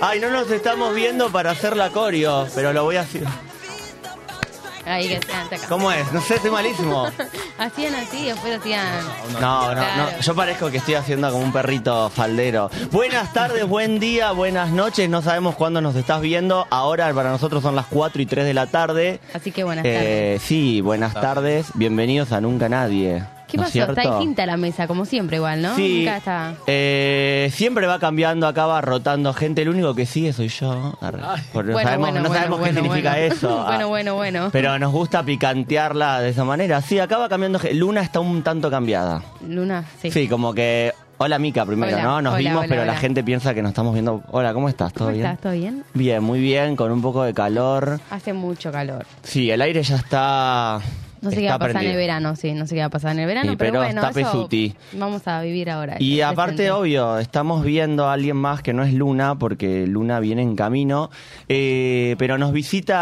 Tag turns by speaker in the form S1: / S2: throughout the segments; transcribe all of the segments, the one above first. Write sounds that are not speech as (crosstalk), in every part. S1: Ay, no nos estamos viendo para hacer la coreo, pero lo voy a hacer.
S2: Ahí que hacían, taca.
S1: ¿Cómo es? No sé, estoy malísimo.
S2: Hacían así, después hacían.
S1: Ah, No, no, no.
S2: Claro.
S1: Yo parezco que estoy haciendo como un perrito faldero. Buenas tardes, buen día, buenas noches. No sabemos cuándo nos estás viendo. Ahora para nosotros son las 4 y 3 de la tarde.
S2: Así que buenas
S1: Eh, sí, buenas tardes. Bienvenidos a Nunca Nadie.
S2: tardes. ¿Qué
S1: ¿no es
S2: pasó? Está
S1: cierto?
S2: distinta la mesa, como siempre, igual, ¿no?
S1: Sí.
S2: Nunca está.
S1: Eh, siempre va cambiando, acaba rotando gente. El único que sigue soy yo. Arre. Porque no
S2: Bueno,
S1: sabemos,
S2: bueno,
S1: no
S2: bueno,
S1: sabemos qué
S2: bueno,
S1: significa
S2: (laughs) bueno.
S1: eso. Ah.
S2: Bueno, bueno, bueno.
S1: Pero nos gusta picantearla de esa manera. Sí, acaba cambiando. gen- Luna está un tanto cambiada.
S2: Luna, sí.
S1: Sí, como que. Hola, Mica, primero,
S2: Hola,
S1: ¿no? Nos
S2: hola,
S1: vimos,
S2: hola,
S1: pero la
S2: hola.
S1: gente piensa que nos estamos viendo. Hola, ¿cómo estás? ¿Todo
S2: ¿Cómo
S1: bien?
S2: estás? ¿Todo bien?
S1: Bien, muy bien, con un poco de calor.
S2: Hace mucho calor.
S1: Sí, el aire ya está.
S2: No sé
S1: está
S2: qué va a pasar en
S1: prendido.
S2: el verano, sí, no sé qué va a pasar en el verano,
S1: Sí,
S2: pero,
S1: pero
S2: bueno,
S1: está
S2: eso
S1: pesuti.
S2: vamos a vivir ahora.
S1: Y
S2: el
S1: aparte,
S2: presente.
S1: obvio, estamos viendo a alguien más que no es Luna, porque Luna viene en camino. Eh, pero nos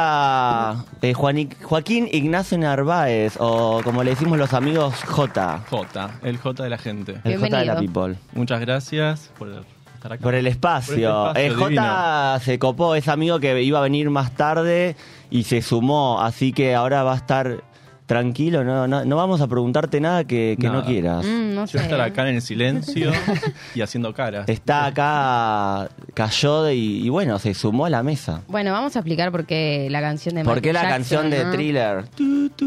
S1: visita eh, Juani- Joaquín Ignacio Narváez, o como le decimos los amigos, J.
S3: J, el J de la gente.
S1: El J de la
S2: Bienvenido.
S1: People.
S3: Muchas gracias por estar acá.
S1: Por el espacio.
S3: Por este
S1: El
S3: espacio,
S1: J se copó, es amigo que iba a venir más tarde y se sumó, así que ahora va a estar tranquilo, no, no, no vamos a preguntarte nada que, que no
S3: Nada.
S1: quieras.
S2: Mm, no
S3: Yo voy a
S2: sé.
S3: estar acá en
S2: (laughs)
S3: el silencio y haciendo caras.
S1: Está acá, cayó de- y, y bueno, se sumó a la mesa.
S2: Bueno, vamos a explicar por qué la canción de
S1: ¿Por
S2: Michael
S1: qué la
S2: Jackson,
S1: canción de
S2: ¿no?
S1: Thriller?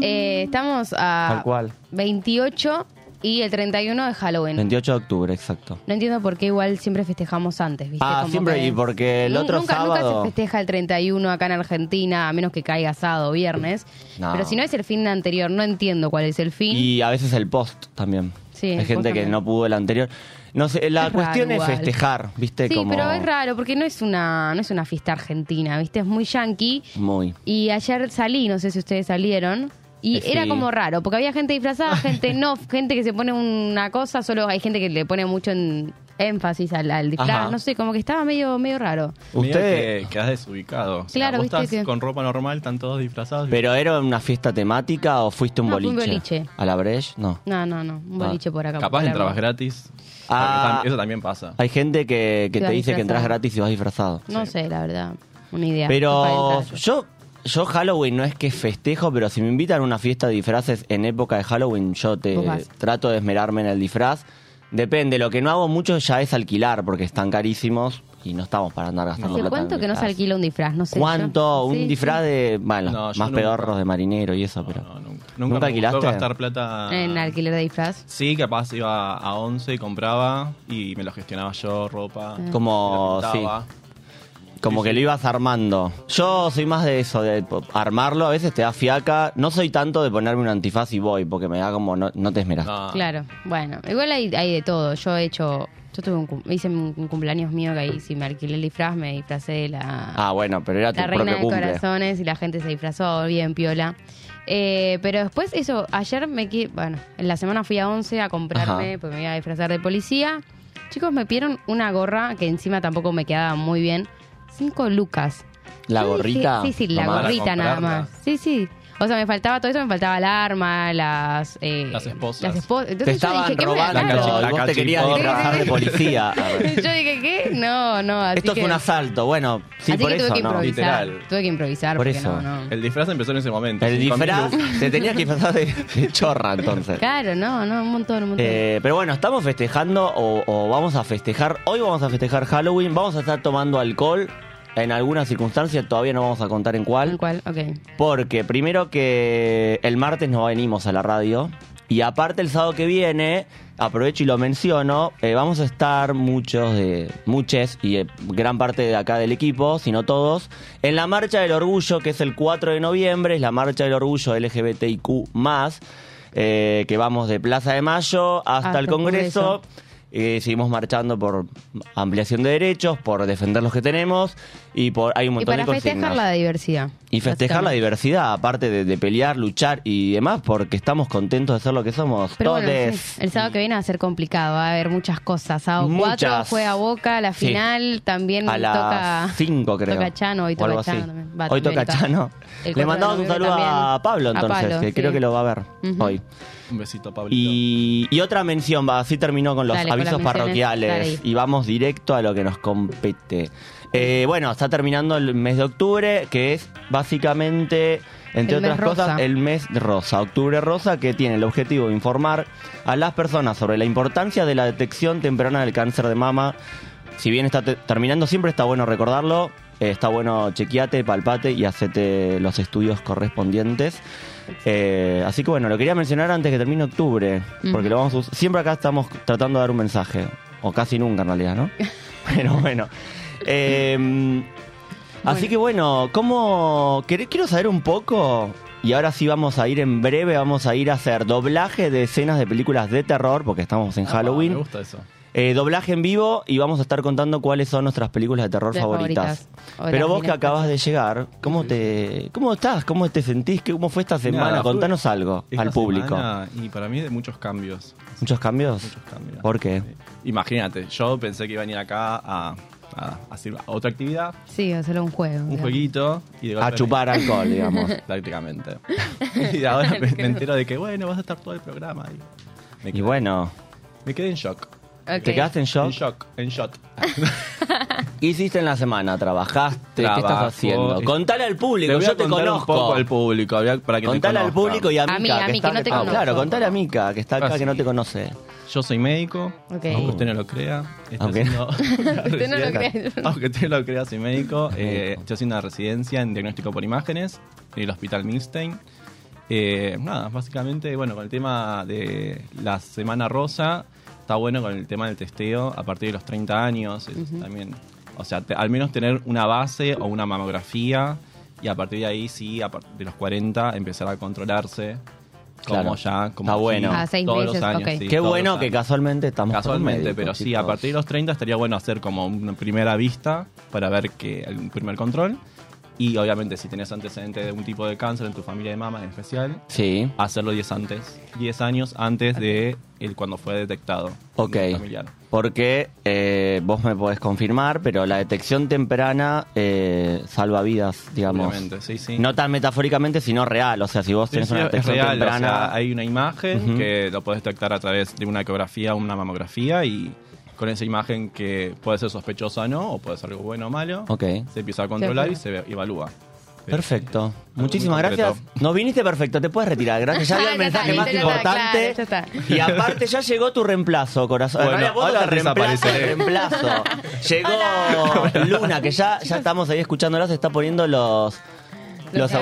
S2: Eh, estamos a
S1: Tal cual.
S2: 28 y el 31 de Halloween.
S1: 28 de octubre, exacto.
S2: No entiendo por qué igual siempre festejamos antes, ¿viste?
S1: Ah,
S2: Como
S1: siempre,
S2: que-
S1: y porque el
S2: Nu-
S1: otro
S2: nunca, Nunca
S1: sábado-
S2: se festeja el 31 acá en Argentina, a menos que caiga sábado o viernes.
S1: No.
S2: Pero si no es el fin de anterior, no entiendo cuál es el fin.
S1: Y a veces el post también.
S2: Sí, el
S1: Hay
S2: post
S1: gente que
S2: también.
S1: no pudo el anterior. No sé, la
S2: Es raro
S1: cuestión es
S2: igual.
S1: festejar, ¿viste?
S2: sí,
S1: Como
S2: pero es raro, porque no es una no es una fiesta argentina, ¿viste? Es muy yankee.
S1: Muy.
S2: Y ayer salí, no sé si ustedes salieron. Y
S1: Eh, sí.
S2: era como raro, porque había gente
S1: (laughs)
S2: disfrazada, gente no, gente que se pone una cosa, solo hay gente que le pone mucho en- énfasis al, al disfraz,
S1: Ajá.
S2: no sé, como que estaba medio medio raro.
S1: Usted-
S3: Usted que quedás desubicado. O sea,
S2: Claro,
S3: vos
S2: viste
S3: estás
S2: que-
S3: con ropa normal, están todos disfrazados.
S1: ¿Pero era una fiesta temática o fuiste un
S2: No, fue
S1: boliche?
S2: un boliche.
S1: ¿A la Breche? No.
S2: No, no, no, un boliche por acá. por
S3: Capaz
S2: Palermo.
S3: entrabas gratis.
S1: Ah.
S3: Porque tam- Eso también pasa.
S1: Hay gente que, que
S2: Ibas
S1: te dice que entras
S2: disfrazado.
S1: gratis y vas disfrazado.
S2: No sé, la verdad, una idea.
S1: Pero
S2: Capaz entraba
S1: yo, yo Halloween no es que festejo, pero si me invitan a una fiesta de disfraces en época de Halloween, yo te
S2: Vos vas.
S1: trato de esmerarme en el disfraz. Depende, lo que no hago mucho ya es alquilar, porque están carísimos y no estamos para andar gastando
S2: ¿Hace
S1: plata en
S2: cuánto que no se
S1: disfraz.
S2: alquila un disfraz? No sé. yo-
S1: ¿Cuánto? Un
S2: Sí,
S1: disfraz
S2: sí.
S1: de. Bueno,
S3: No, yo
S1: más
S3: nunca.
S1: pedorros de marinero y eso, pero.
S3: No, nunca, nunca
S1: ¿Nunca
S3: me
S1: alquilaste?
S3: gustó gastar plata.
S1: Ah.
S2: En alquiler de disfraz.
S3: Sí, capaz iba a 11 y compraba y me lo gestionaba yo,
S2: Ah.
S3: ropa.
S1: Como-
S3: me lo pintaba.
S1: Como que lo ibas armando. Yo soy más de eso, de po- armarlo. A veces te da fiaca. No soy tanto de ponerme un antifaz y voy, porque me da como no, no te esmeras.
S3: No.
S2: Claro, bueno, igual hay, hay de todo. Yo he hecho, yo tuve un, cum- hice un, un cumpleaños mío que ahí si me alquilé el disfraz, me disfracé de la,
S1: Ah, bueno, pero era tu
S2: la reina
S1: propio
S2: de
S1: cumple.
S2: corazones y la gente se disfrazó bien piola. Eh, pero después eso, ayer me qui- bueno, en la semana fui a 11 a comprarme,
S1: Ajá.
S2: pues me iba a disfrazar de policía. Chicos, me pidieron una gorra que encima tampoco me quedaba muy bien. Cinco lucas.
S1: ¿La
S2: Yo dije-
S1: gorrita?
S2: sí, sí, la
S1: Nomás.
S2: gorrita nada
S3: Para
S2: más. Sí, sí. O sea, me faltaba todo eso, me faltaba el arma, las... eh,
S3: Las esposas.
S2: las espo- Entonces
S1: Te
S2: yo
S1: estaban
S2: dije, ¿qué me voy a
S1: robando,
S2: dar?
S3: La cachi-
S1: y
S3: la
S1: vos te querías
S3: cachiporra.
S1: disfrazar
S2: (laughs)
S1: de policía. A ver.
S2: Yo dije, ¿qué? No, no. Así
S1: Esto
S2: que,
S1: es un asalto, bueno, sí,
S2: así
S1: por
S2: que tuve
S1: eso
S2: que
S1: no.
S2: improvisar.
S3: Literal.
S2: Tuve que improvisar.
S1: Por
S2: porque
S1: eso.
S2: No, no.
S3: El disfraz empezó en ese momento.
S1: El
S3: Cinco mil
S1: disfraz,
S3: lucas.
S1: te tenías que disfrazar de, de chorra entonces.
S2: Claro, no, no, un montón, un montón.
S1: Eh, pero bueno, estamos festejando o, o vamos a festejar. Hoy vamos a festejar Halloween. Vamos a estar tomando alcohol. En algunas circunstancias, todavía no vamos a contar en
S2: Tal
S1: cuál.
S2: cual, ok.
S1: Porque primero que el martes no venimos a la radio. Y aparte el sábado que viene, aprovecho y lo menciono, eh, vamos a estar muchos de muches y eh, gran parte de acá del equipo, si no todos, en la Marcha del Orgullo, que es el 4 de noviembre, es la Marcha del Orgullo LGBTIQ+, eh, que vamos de Plaza de Mayo hasta,
S2: Hasta
S1: el
S2: el
S1: Congreso.
S2: Congreso.
S1: eh, seguimos marchando por ampliación de derechos, por defender los que tenemos y por hay
S2: Y
S1: un montón
S2: para
S1: de consignas.
S2: festejar la diversidad.
S1: Y festejar la
S2: básicamente.
S1: diversidad, aparte de, de pelear, luchar y demás, porque estamos contentos de ser lo que somos.
S2: Pero bueno,
S1: Todes.
S2: sí, el sábado que viene va a ser complicado, va a haber muchas cosas. Sábado
S1: Muchas.
S2: 4 juega Boca, la
S1: Sí.
S2: final también
S1: a las
S2: toca...
S1: 5 creo.
S2: toca Chano, hoy
S1: O algo
S2: toca Chano
S1: así.
S2: también. Va,
S1: hoy
S2: también
S1: toca
S2: está.
S1: Chano.
S2: El cuatro
S1: Le
S2: de
S1: mandamos un
S2: noviembre
S1: saludo a
S2: también.
S1: Pablo
S2: A
S1: entonces,
S2: Pablo,
S1: que
S2: sí.
S1: creo que lo va a ver
S2: Ujú.
S1: hoy.
S3: Un besito, Pablito.
S1: Y, y otra mención, va, así terminó con los
S2: Dale, con
S1: avisos
S2: las menciones.
S1: parroquiales
S2: Dale.
S1: y vamos directo a lo que nos compete. Eh, bueno, está terminando el mes de octubre, que es básicamente, entre
S2: El mes
S1: otras cosas,
S2: rosa.
S1: el mes rosa, octubre rosa, que tiene el objetivo de informar a las personas sobre la importancia de la detección temprana del cáncer de mama. Si bien está te- terminando, siempre está bueno recordarlo. eh, está bueno chequeate, palpate y hacete los estudios correspondientes. Eh, así que bueno, lo quería mencionar antes que termine octubre, porque lo vamos a us- siempre acá estamos tratando de dar un mensaje, o casi nunca en realidad, ¿no? Pero bueno. Eh, Así
S2: Bueno.
S1: que bueno, ¿cómo? quere- Quiero saber un poco, y ahora sí vamos a ir en breve, vamos a ir a hacer doblaje de escenas de películas de terror, porque estamos en
S3: Ah,
S1: Halloween.
S3: Me gusta eso.
S1: Eh, doblaje en vivo y vamos a estar contando cuáles son nuestras películas de terror
S2: Las
S1: favoritas.
S2: favoritas. O
S1: Pero
S2: las
S1: vos que
S2: miras.
S1: acabas de llegar, ¿cómo te cómo estás? ¿Cómo te sentís? ¿Qué- ¿Cómo fue esta semana?
S3: Nada, fue-
S1: Contanos algo
S3: Esta
S1: al público.
S3: semana, y para mí de muchos cambios.
S1: ¿Muchos cambios?
S3: Muchos cambios.
S1: ¿Por qué?
S3: Imagínate, yo pensé que iba a venir acá a, a hacer otra actividad,
S2: Sí, va a ser un juego.
S3: un
S2: digamos.
S3: jueguito y de golpe
S1: A
S3: me-
S1: chupar alcohol, digamos.
S3: (laughs) prácticamente. (laughs) y ahora me, me entero de que, bueno, vas a estar todo el programa. Y me,
S1: Y
S3: quedé,
S1: bueno,
S3: me quedé en shock.
S2: Ok.
S1: ¿te quedaste en shock?
S3: En shock, en shock.
S1: ¿Qué hiciste en la semana? ¿Trabajaste? ¿Qué
S3: Trabajo.
S1: estás haciendo?
S3: Es-
S1: Contale al público,
S3: voy
S1: yo
S3: a
S1: te
S3: contar
S1: conozco.
S3: un poco al público, había- para que te
S1: contale al
S3: conozcan.
S1: público y a
S2: A
S1: Mica.
S2: mí, a mí, que no te
S1: ah,
S2: conozco.
S1: Claro, contale a Mica, que está acá,
S3: Ah,
S1: que no
S3: sí.
S1: te conoce.
S3: Yo soy médico,
S2: Ok.
S3: aunque usted no lo crea. estoy
S1: Aunque-
S3: haciendo- (laughs)
S2: Usted no lo crea.
S3: Aunque usted no lo crea, soy médico. eh,
S1: Médico.
S3: estoy haciendo una residencia en diagnóstico por imágenes en el Hospital Milstein. Eh, nada, básicamente, bueno, con el tema de la Semana Rosa, está bueno con el tema del testeo a partir de los 30 años. es También, o sea, te- al menos tener una base o una mamografía y a partir de ahí, sí, a par- de los 40, empezar a controlarse.
S1: Claro.
S3: Como ya, como
S1: Está bueno.
S3: sí,
S2: Ah, seis
S3: todos
S2: meses,
S3: los años,
S2: ok.
S3: sí,
S1: Qué
S3: todos
S1: bueno
S3: los
S1: que
S3: años.
S1: casualmente estamos con
S3: Casualmente,
S1: médicos,
S3: pero sí,
S1: chicos.
S3: a partir de los 30 estaría bueno hacer como una primera vista para ver que un primer control. Y obviamente, si tenés antecedentes de un tipo de cáncer en tu familia de mama en especial,
S1: Sí.
S3: hacerlo 10 antes. 10 años antes de el cuando fue detectado.
S1: Ok.
S3: en el Familiar.
S1: Porque eh, vos me podés confirmar, pero la detección temprana eh, salva vidas, digamos.
S3: Obviamente, sí, sí.
S1: No tan metafóricamente, sino real. O sea, si vos
S3: Sí,
S1: tenés
S3: sí,
S1: una
S3: es
S1: detección
S3: real, o
S1: temprana.
S3: sea, hay una imagen
S1: Ujú.
S3: que lo puedes detectar a través de una ecografía o una mamografía y con esa imagen que puede ser sospechosa o no, o puede ser algo bueno o malo,
S1: Ok.
S3: se empieza a controlar y
S2: claro.
S3: se ve- evalúa.
S1: Perfecto.
S3: muy
S1: Muchísimas
S3: concreto.
S1: gracias. No viniste perfecto, te puedes retirar. Gracias.
S2: (laughs)
S1: Ya
S2: Ah,
S1: dio el
S2: ya
S1: mensaje
S2: está,
S1: más
S2: listo, ya está,
S1: importante.
S2: claro, ya
S1: Y aparte ya llegó tu reemplazo, corazón.
S3: Bueno,
S1: En realidad vos
S3: ahora
S1: sos el reemplazo,
S3: desapareceré.
S1: el reemplazo. Llegó Luna, que ya, ya estamos ahí escuchándola, se está poniendo los los
S2: Los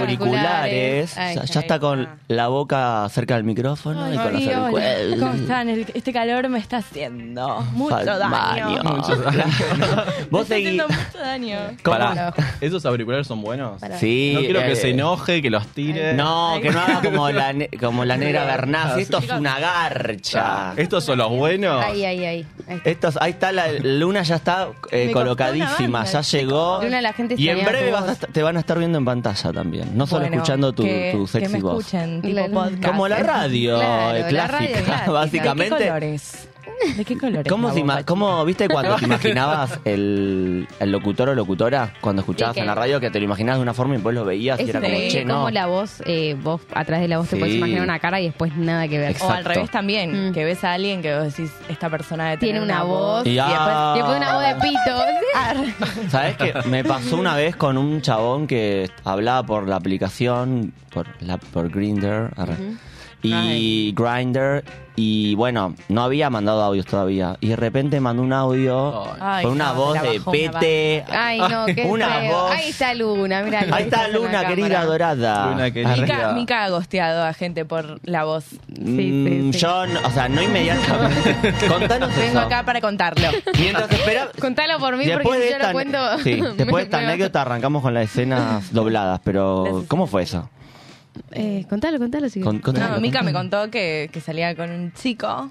S2: auriculares.
S1: auriculares.
S2: Ay,
S1: ya,
S2: ahí
S1: ya está con
S2: está.
S1: la boca cerca del micrófono y con los
S4: Ay, hola.
S1: auriculares.
S4: ¿Cómo están? El- este calor me está haciendo mucho
S1: Fal-
S4: daño.
S1: baño.
S4: Me
S1: Vos
S4: está
S1: seguís.
S4: haciendo mucho daño.
S1: ¿Cómo?
S3: Pará, ¿esos auriculares son buenos?
S1: Sí.
S3: No quiero que
S1: eh,
S3: se enoje, que los tire.
S1: No,
S4: Ay.
S1: que no haga como la, ne- como la negra Bernasi. Esto es una garcha.
S3: ¿Estos son los
S1: Ah.
S2: (laughs)
S3: buenos?
S2: Ahí, ahí, ahí. ahí está.
S1: Estos, ahí está, la luna ya está eh,
S4: Me costó una
S1: colocadísima,
S4: banda,
S1: ya
S4: chicos.
S1: llegó.
S2: Luna, la gente
S1: y en
S2: extrañaba
S1: breve
S2: tu
S1: vas a
S2: voz.
S1: est- te van a estar viendo en pantalla también, no solo
S4: Bueno,
S1: escuchando tu,
S4: que-
S1: tu sexy
S4: que me
S1: voz.
S4: escuchen, tipo
S2: La luna.
S4: podcast.
S1: Como la
S4: ¿eh?
S1: radio
S2: Claro,
S1: eh,
S2: la
S1: clásica,
S2: radio clásica.
S4: ¿De qué
S1: básicamente.
S4: colores? ¿De qué colores?
S1: ¿Cómo,
S4: la
S1: se ima-
S4: boca?
S1: cómo- viste cuando te imaginabas el, el locutor o locutora? Cuando escuchabas
S2: Sí,
S1: en
S2: que-
S1: la radio que te lo imaginabas de una forma y después lo veías y
S2: Es
S1: era como,
S2: increíble
S1: che, no.
S2: cómo la voz, eh, vos a través de la voz
S1: Sí.
S2: te puedes imaginar una cara y después nada que ver.
S1: Exacto.
S4: O al revés también,
S2: Mm.
S4: que ves a alguien que vos decís, esta persona debe
S2: Tiene
S4: tener
S2: una voz
S1: Y
S2: y,
S1: ah.
S2: después, después una voz de pito. (laughs)
S1: ¿Sabes qué? Me pasó una vez con un chabón que hablaba por la aplicación, por, la, por Grinder y Grinder y bueno, no había mandado audios todavía y de repente mandó un audio
S4: Ay,
S1: con una
S4: no,
S1: voz
S4: la
S1: de
S4: bajó,
S1: pete.
S2: Ay, no, qué
S1: Una
S2: feo.
S1: voz.
S2: Ahí está Luna, mira.
S1: Ahí está Luna querida dorada.
S3: Luna querida.
S1: Arre-
S4: Mica, Mica ha gosteado a gente por la voz.
S2: Sí, sí,
S1: Mm,
S2: sí.
S1: Yo, no- o sea,
S4: (laughs)
S1: no inmediatamente. Contanos
S4: Vengo
S1: eso.
S4: acá para
S1: (laughs)
S4: contarlo.
S1: Mientras espera,
S2: Contalo por mí
S1: después
S2: porque
S1: de
S2: si yo
S1: esta,
S2: lo cuento. (laughs)
S1: sí, después
S2: me-
S1: de esta
S2: me-
S1: anécdota arrancamos con las
S2: (laughs)
S1: escenas dobladas, pero
S4: Las-
S1: ¿cómo fue eso?
S2: Eh, contalo, contalo. Si
S1: Con-
S2: querés.
S1: contalo,
S4: No, Mica
S1: contalo.
S4: me contó que, que salía con un chico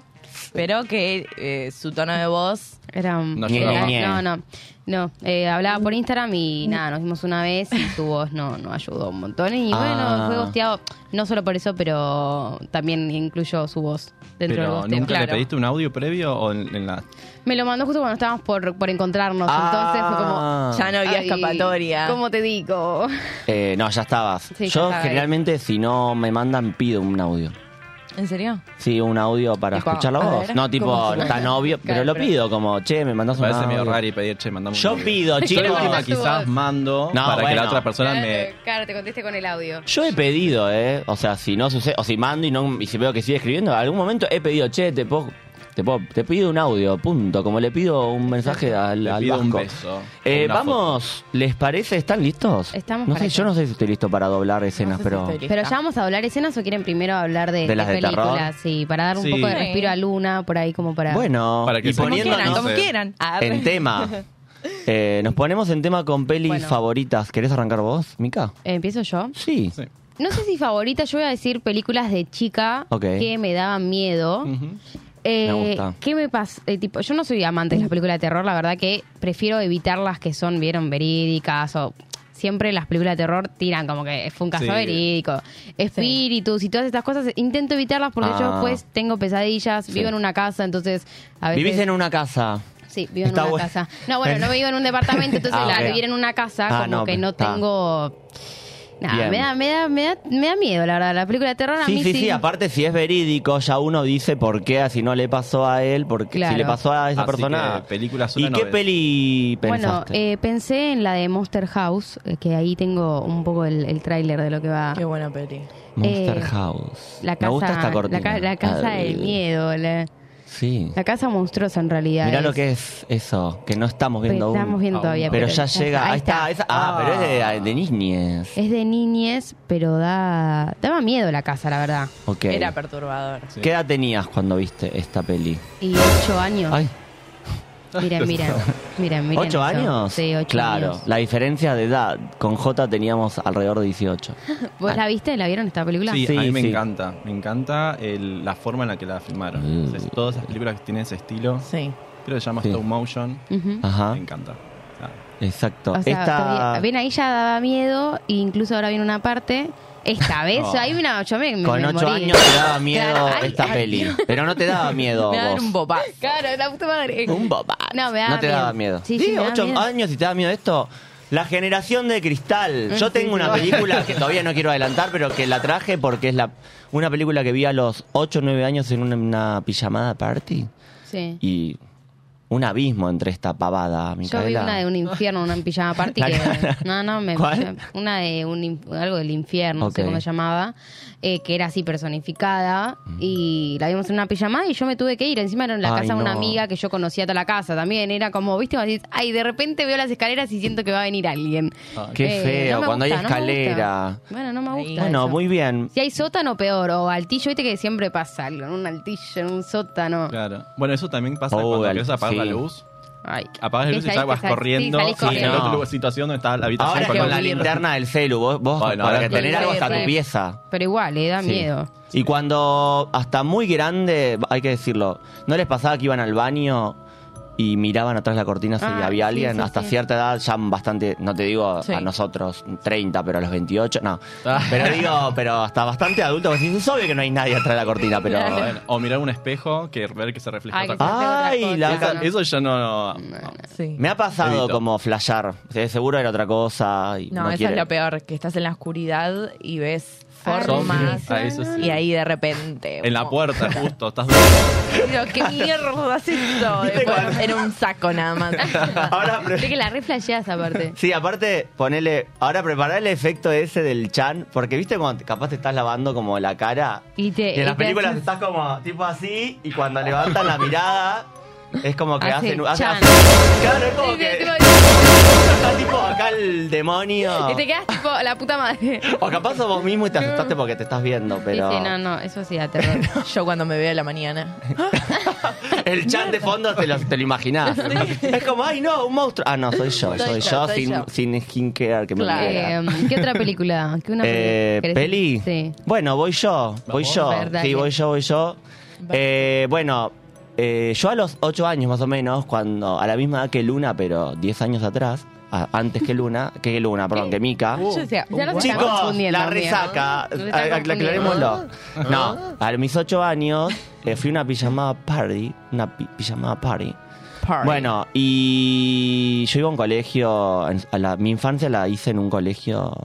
S4: pero que eh, su tono de voz
S2: Era un-
S3: No
S2: era-
S3: llegaba.
S1: Ñe, ñe.
S2: no, no. no. Eh, hablaba por Instagram y nada, nos vimos una vez y su voz no, no ayudó un montón. Y
S1: Ah.
S2: bueno, fue gosteado, no solo por eso, pero también incluyó su voz dentro del
S3: Pero
S2: gosteo.
S3: nunca le
S4: claro.
S3: pediste un audio previo o en, en la.
S2: Me lo mandó justo cuando estábamos por, por encontrarnos, entonces fue como...
S1: Ah.
S4: ya no había
S2: "Ay,
S4: escapatoria.
S2: ¿Cómo te digo?
S1: Eh, no, ya estabas.
S2: Sí, ya
S1: Yo
S2: estaba ahí.
S1: generalmente, si no me mandan, pido un audio.
S4: ¿En serio?
S1: Sí, un audio para
S4: Tipo,
S1: escuchar la
S4: a
S1: voz.
S4: ver,
S1: no tipo
S4: ¿cómo se
S1: tan
S4: llama?
S1: obvio, pero
S4: Claro,
S1: lo
S4: pero-
S1: pido como, che, me mandas un
S3: Parece
S1: audio.
S3: medio raro y pedir, che, mandamos un
S1: Yo
S3: audio".
S1: pido,
S3: Yo la
S1: chicos.
S3: última quizás mando
S1: No,
S3: para que
S1: bueno.
S3: la otra persona me.
S2: (laughs) Claro, te conteste con el audio.
S1: Yo he pedido, ¿eh? O sea, si no sucede, o si mando y, no, y si veo que sigue escribiendo, en algún momento he pedido, che, te puedo, te, puedo- te pido un audio, punto. Como le pido un mensaje al,
S3: Le
S1: al
S3: pido un
S1: vasco.
S3: beso, o
S1: Eh,
S3: una
S1: vamos, ¿les parece? ¿Están listos?
S2: Estamos
S1: no
S2: para
S1: sé,
S2: eso.
S1: Yo no sé si estoy listo para doblar escenas,
S4: si
S1: pero...
S4: estoy lista.
S2: Pero ya vamos a hablar escenas o quieren primero hablar de,
S1: De las de terror.
S2: películas, sí, para dar un
S3: Sí.
S2: poco de
S3: Sí.
S2: respiro a Luna, por ahí como para...
S1: Bueno,
S3: Para que
S1: y
S3: se-
S4: Como
S3: Poniéndonos,
S4: quieran, como quieran.
S3: eh,
S1: poniéndonos
S4: Ah,
S1: en tema. (laughs) Eh, nos ponemos en tema con pelis
S2: Bueno.
S1: favoritas. ¿Querés arrancar vos, Mica?
S2: eh, ¿Empiezo yo?
S1: Sí.
S3: Sí.
S2: No sé si favorita, yo voy a decir películas de chica
S1: Ok.
S2: que me daban miedo.
S3: Ujú.
S2: Eh,
S1: Me gusta.
S2: ¿Qué me pasa? tipo, yo no soy amante de las películas de terror, la verdad que prefiero evitar las que son, vieron, verídicas o... Siempre las películas de terror tiran como que fue un caso
S3: Sí.
S2: verídico. Espíritus y todas estas cosas. Intento evitarlas porque
S1: Ah.
S2: yo después tengo pesadillas, vivo en una casa, entonces a eh. veces...
S1: Vivís en una casa.
S2: Sí, vivo
S1: Está
S2: en una
S1: bueno.
S2: casa. No, bueno, no vivo en un departamento, entonces
S1: (laughs) Ah,
S2: la-
S1: ok.
S2: vivir en una casa,
S1: Ah,
S2: como
S1: no,
S2: que no
S1: está.
S2: tengo. Nada,
S1: Bien.
S2: me da, me, da, me, da, me da miedo, la verdad. La película de terror a
S1: Sí,
S2: mí
S1: sí, sí, Aparte, si es verídico, ya uno dice por qué, ah, si no le pasó a él, por qué,
S2: Claro.
S1: si le pasó a esa
S3: Así
S1: persona.
S3: que películas
S1: ¿Y
S3: una
S1: qué
S3: no ves.
S1: peli
S2: Bueno,
S1: pensaste?
S2: eh, pensé en la de Monster House, eh, que ahí tengo un poco el, el tráiler de lo que va.
S4: Qué buena peli.
S1: Monster
S2: eh,
S1: House.
S2: La casa,
S1: Me gusta esta
S2: la
S1: cortina.
S2: ca- La, casa
S1: Ah,
S2: del miedo, la,
S1: Sí.
S2: la casa monstruosa en realidad.
S1: Mirá
S2: es.
S1: lo que es eso, que no estamos viendo aún.
S2: Pues, estamos viendo
S3: aún
S2: todavía.
S3: no.
S1: Pero ya llega. Ahí
S2: está.
S1: está. esa- ah, pero es de, de niñez.
S2: Es de niñez, pero da daba miedo la casa, la verdad.
S1: Ok.
S4: Era perturbador.
S3: Sí.
S1: ¿Qué edad tenías cuando viste esta peli?
S2: Y ocho años.
S1: Ay,
S2: Miren, miren, miren, miren.
S1: ¿Ocho
S2: eso.
S1: años?
S2: Sí, ocho
S1: claro,
S2: años.
S1: la diferencia de edad. Con J teníamos alrededor de 18.
S2: ¿Vos la viste? ¿La vieron esta película?
S3: Sí,
S1: Sí,
S3: a mí me
S1: sí.
S3: encanta. Me encanta el- la forma en la que la filmaron.
S1: Mm.
S3: Es- Todas esas películas que tienen ese estilo.
S4: Sí.
S3: Creo que se llama
S1: Sí.
S3: Stop Motion.
S2: Ujú.
S1: Ajá,
S3: Me encanta. Ah,
S1: exacto.
S2: O sea,
S1: esta,
S2: todavía- ven ahí ya daba miedo, e incluso ahora viene una parte.
S1: (laughs)
S2: Esta vez,
S3: Oh.
S2: ahí una, yo me, me-
S1: con
S2: me
S1: 8
S2: morí.
S1: años
S2: (laughs)
S1: te daba miedo
S2: Claro, ay,
S1: esta
S2: ay.
S1: peli. Pero no te daba
S2: (laughs)
S1: miedo
S4: Me va a dar
S1: vos.
S4: un bopa.
S2: Claro, la puta madre.
S1: Un bobazo.
S2: No, me daba
S1: te
S2: miedo.
S1: daba miedo.
S2: Sí, sí, me daba
S1: 8
S2: miedo.
S1: años y te daba miedo esto. La generación de cristal. Yo
S2: Mm. sí,
S1: tengo una
S2: sí. (laughs)
S1: película que todavía no quiero adelantar, pero que la traje porque es la una película que vi a los 8 o 9 años en una, una pijamada party.
S2: Sí.
S1: Y un abismo entre esta pavada,
S2: Yo vi
S1: Micaela.
S2: una de un infierno, una en pijama party
S1: La
S2: que...
S1: cara.
S2: No, no, me,
S1: ¿Cuál?
S2: una de un, in- algo del infierno, no sé
S1: Ok.
S2: cómo se llamaba, eh, que era así personificada y la vimos en una pijamada y yo me tuve que ir. Encima era en la
S1: Mm. Ay,
S2: casa de una
S1: no.
S2: amiga que yo conocía toda la casa también. Era como, viste, Como decís, ay, de repente veo las escaleras y siento que va a venir alguien.
S1: Qué
S2: Eh,
S1: feo,
S2: no me
S1: cuando hay
S2: gusta, no me gusta.
S1: escalera.
S2: bueno, no me gusta
S1: bueno,
S2: eso.
S1: muy bien.
S2: Si hay sótano, peor. O altillo, viste que siempre pasa algo. En un altillo, en un sótano.
S3: Claro. Bueno, eso también pasa
S1: Oh,
S3: cuando
S1: el-
S3: empiezas a apagar la
S1: sí.
S3: luz.
S2: Ay.
S3: Apagas la
S2: Que
S3: luz y
S2: salís-
S3: ya vas
S2: que sal-
S3: corriendo.
S2: sí, salís
S3: en
S1: corriendo.
S3: la otra
S1: No.
S3: lugar- situación donde está la habitación.
S1: Ahora
S4: con
S1: con
S4: la
S1: la
S4: luz.
S1: linterna del celu, vos, vos
S3: Bueno,
S1: para
S3: ahora
S1: que tener
S2: sí.
S1: algo hasta tu
S4: Re, re.
S1: pieza.
S2: Pero igual, le da
S1: Sí.
S2: miedo.
S1: Y cuando hasta muy grande, hay que decirlo, ¿no les pasaba que iban al baño y miraban atrás de la cortina si
S2: Ah,
S1: había
S2: sí,
S1: alguien?
S2: sí,
S1: hasta
S2: sí.
S1: cierta edad, ya bastante, no te digo
S4: Sí.
S1: a nosotros 30, pero a los 28, no.
S2: Ah. (laughs)
S1: Pero digo, pero hasta bastante adulto, vos decís, es obvio que no hay nadie atrás de la cortina, pero...
S3: Pero, bueno, o mirar un espejo que ver que se refleja
S2: Ay,
S3: otra
S2: que
S3: cosa.
S1: Ay,
S2: Otra
S1: la-
S2: cosa,
S3: Esa- Eso ya no. no.
S4: Sí.
S1: Me ha pasado
S3: Evito.
S1: como flashear, de seguro era otra cosa. Y
S4: No,
S1: no,
S4: esa
S1: quiere-
S4: es la peor, que estás en la oscuridad y ves
S2: Ay,
S4: formas
S3: Ah, eso sí.
S4: y ahí de repente.
S3: En la
S4: wow.
S3: puerta, justo.
S1: (laughs)
S3: Estás
S4: Digo,
S3: durmiendo.
S4: ¿qué mierda es esto? Después era un saco nada más.
S1: (laughs) (laughs) Ahora, pre-
S2: Sé que la re flasheás, aparte.
S1: Sí, aparte, ponele. Ahora prepará el efecto ese del chan, porque viste cuando te- capaz te estás lavando como la cara.
S2: (laughs) Y te-
S1: y en
S2: Eh, y
S1: las
S2: te
S1: películas
S2: haces-
S1: estás como tipo así, y cuando levantan la mirada, es como que
S2: Hace
S1: hacen. hacen
S2: chan.
S1: así. claro, es como
S2: Sí,
S1: que. (laughs)
S2: sí,
S1: Está tipo acá el demonio.
S2: Y te quedas tipo la puta madre.
S1: (laughs) O capaz sos vos mismo y te asustaste porque te estás viendo, pero.
S2: Sí, sí, no, no, eso sí da
S1: (laughs)
S2: terror.
S4: Yo cuando me veo a la mañana.
S1: El chan de fondo te lo, te
S2: (laughs)
S1: lo imaginás. Es como, ay no, un monstruo. Ah, no, soy yo, soy,
S4: Soy
S1: yo,
S4: yo, soy
S1: sin,
S4: yo.
S1: sin skincare que me
S4: Claro.
S1: quiera.
S2: Eh, ¿Qué otra película? ¿Qué una
S1: Eh,
S2: peli?
S1: ¿Peli?
S2: ¿Querés- Sí.
S1: Bueno, voy yo, voy yo.
S2: A ver, dale.
S1: sí, voy yo, voy yo. Eh, bueno, eh, yo a los 8 años más o menos, cuando a la misma edad que Luna, pero 10 años atrás, a- antes que Luna, que Luna, perdón, que Mika.
S2: Yo decía, ya nos están
S1: Uh, Chicos,
S2: confundiendo.
S1: la
S2: amigo.
S1: resaca,
S2: Nos están
S1: a-
S2: confundiendo.
S1: aclarémoslo. No, a mis 8 años eh, fui a una pijamada party, una pi- pijamada party.
S2: Party.
S1: Bueno, y yo iba a un colegio, en- a la- mi infancia la hice en un colegio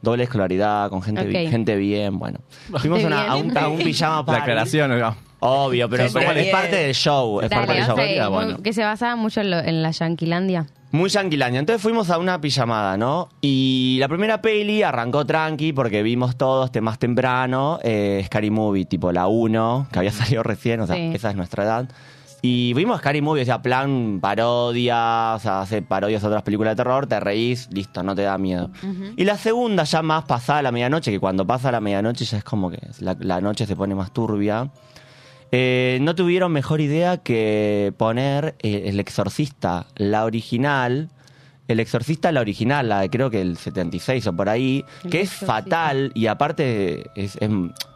S1: doble escolaridad, con gente, bi-
S2: Ok.
S1: gente bien, bueno. Fuimos a una- a, un, a un pijama
S3: La
S1: party.
S3: aclaración, oiga.
S1: Obvio, pero,
S4: Gente
S1: pero es
S4: bien.
S1: parte del show, es
S2: Dale,
S1: parte del
S2: vamos
S1: show.
S2: a ir,
S3: Ah,
S2: muy-
S3: bueno.
S2: que se basaba mucho en, lo- en la Yanquilandia.
S1: Muy yanquilandia. Entonces fuimos a una pijamada, ¿no? Y la primera peli arrancó tranqui porque vimos todos te- más temprano eh, Scary Movie, tipo la 1, que había (laughs) salido recién, o sea,
S2: Sí.
S1: esa es nuestra edad. Y vimos Scary Movie, o sea, plan parodia, o sea, hace parodias a otras películas de terror, te reís, listo, no te da miedo. Y la segunda, ya más pasada la medianoche, que cuando pasa la medianoche ya es como que la, la noche se pone más turbia. Eh, no tuvieron mejor idea que poner eh, El Exorcista, la original. El Exorcista, la original, la de creo que el 76 o por ahí,
S2: El
S1: que es
S2: Exorcista.
S1: fatal y aparte es, es-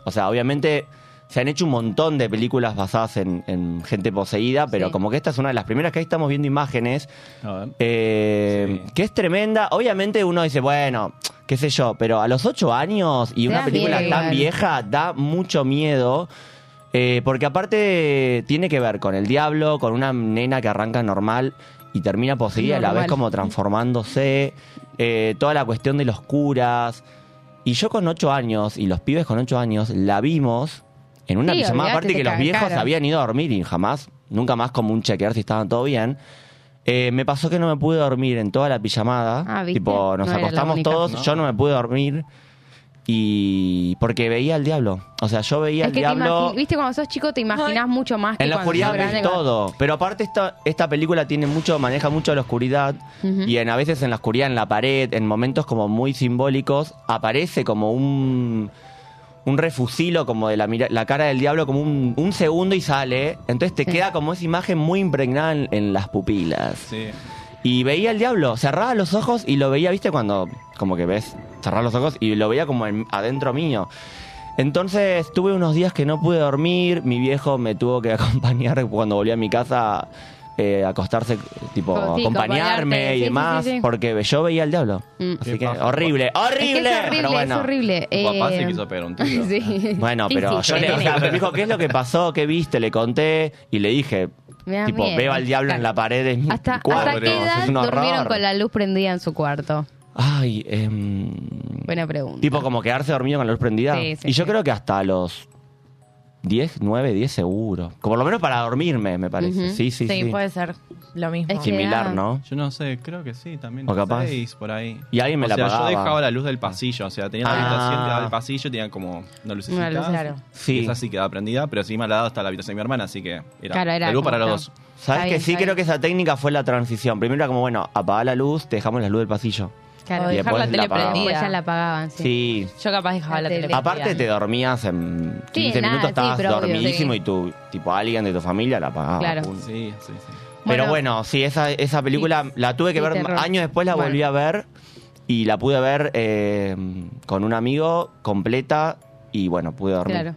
S1: O sea, obviamente se han hecho un montón de películas basadas en, en gente poseída, pero
S2: Sí.
S1: como que esta es una de las primeras que ahí estamos viendo imágenes.
S3: A ver.
S1: eh,
S3: Sí.
S1: Que es tremenda. Obviamente uno dice, bueno, qué sé yo, pero a los 8 años y
S2: Te
S1: una
S2: da
S1: película
S2: miedo
S1: tan
S2: igual.
S1: vieja da mucho miedo. eh, porque aparte tiene que ver con el diablo, con una nena que arranca normal y termina poseída a la vez
S2: Normal.
S1: como transformándose. eh, toda la cuestión de los curas. Y yo con 8 años, y los pibes con 8 años, la vimos en una
S2: Sí,
S1: pijamada.
S2: olvidate,
S1: Aparte
S2: te
S1: que los viejos
S2: cagaron.
S1: habían ido a dormir y jamás, nunca más como un chequear si estaban todo bien. Eh, me pasó que no me pude dormir en toda la pijamada.
S2: Ah, ¿viste?
S1: Tipo, nos
S2: No era la
S1: acostamos
S2: única.
S1: todos, yo no me pude dormir. Y porque veía al diablo. O sea, yo veía
S2: Es
S1: al
S2: que te
S1: diablo.
S2: imagi- viste, cuando sos chico te imaginas
S4: Ay.
S2: mucho más que
S1: En la
S2: cuando
S1: oscuridad
S2: sos grande,
S1: ves
S2: cuando-
S1: todo. Pero aparte esta, esta película tiene mucho, maneja mucho la oscuridad. Y en, a veces en la oscuridad, en la pared, en momentos como muy simbólicos, aparece como un un refusilo como de la, mira- la cara del diablo como un, un segundo y sale. Entonces te
S2: Sí.
S1: queda como esa imagen muy impregnada en, en las pupilas.
S3: Sí.
S1: Y veía al diablo, cerraba los ojos y lo veía, ¿viste? Cuando como que ves, cerrar los ojos y lo veía como en- adentro mío. Entonces tuve unos días que no pude dormir, mi viejo me tuvo que (laughs) acompañar cuando volví a mi casa, eh, acostarse, tipo,
S2: Contigo, acompañarte,
S1: acompañarme
S2: sí,
S1: y
S2: sí,
S1: demás,
S2: sí, sí.
S1: porque yo veía al diablo.
S2: Mm.
S1: Así
S3: Qué
S1: que,
S3: paja.
S1: horrible,
S2: Es que
S1: horrible.
S2: es horrible,
S1: pero bueno.
S2: es horrible.
S3: Tu papá
S2: Eh, (laughs)
S3: se quiso pegar un tiro.
S2: sí.
S1: Bueno,
S2: ¿Qué
S1: pero yo
S2: hiciste,
S1: le, o sea,
S2: nene?
S1: me dijo, ¿qué es lo que pasó? ¿Qué viste? Le conté y le dije,
S2: Me da
S1: tipo,
S2: miedo.
S1: veo al diablo en la pared de mi
S2: Hasta,
S1: cuarto.
S2: ¿Hasta qué edad
S1: es un horror.
S2: durmieron con la luz prendida en su cuarto?
S1: Ay, em,
S2: Buena pregunta.
S1: tipo como quedarse dormido con la luz prendida.
S2: Sí, sí,
S1: y yo
S2: sí.
S1: creo que hasta los 10, 9, 10 seguro. Como por lo menos para dormirme, me parece.
S2: Ujú.
S1: Sí, sí, sí.
S4: puede ser lo mismo.
S2: Es que-
S1: Similar, ¿no?
S3: Yo no sé, creo que sí, también.
S1: O capaz.
S3: seis, por ahí.
S1: Y alguien me
S3: o
S1: la
S3: sea,
S1: apagaba.
S3: yo dejaba la luz del pasillo, o sea, tenía la
S1: Ah.
S3: habitación que daba al pasillo, tenía como una lucecita.
S2: Una luz, claro.
S1: Sí.
S3: Y esa sí quedaba prendida, pero encima al lado está la habitación de mi hermana, así que era,
S2: Claro, era
S3: la luz para los
S2: como-
S3: dos.
S1: Sabes
S2: Está
S1: que
S2: bien,
S1: sí
S2: está
S1: creo
S2: bien.
S1: que esa técnica fue la transición. Primero era como, bueno, apaga la luz, te dejamos la luz del pasillo.
S2: Claro,
S4: O
S1: Y
S4: dejar
S1: después
S4: la tele
S1: la apagaba.
S4: prendida.
S2: después ya la apagaban, sí.
S1: Sí.
S4: Yo capaz dejaba la,
S2: La
S4: tele.
S2: tele.
S1: Aparte te dormías en
S2: Sí,
S1: 15
S2: nada,
S1: minutos,
S2: sí,
S1: estabas
S2: pero obvio,
S1: dormidísimo
S2: sí.
S1: y tú, tipo, alguien de tu familia la apagaba.
S2: Claro.
S1: punto.
S3: Sí, sí, sí.
S1: Pero
S2: Bueno.
S1: bueno, sí, esa, esa película
S2: Sí.
S1: la tuve que
S2: Sí,
S1: ver
S2: terror.
S1: años después, la
S2: Bueno.
S1: volví a ver y la pude ver eh, con un amigo completa y bueno, pude dormir.
S2: Claro.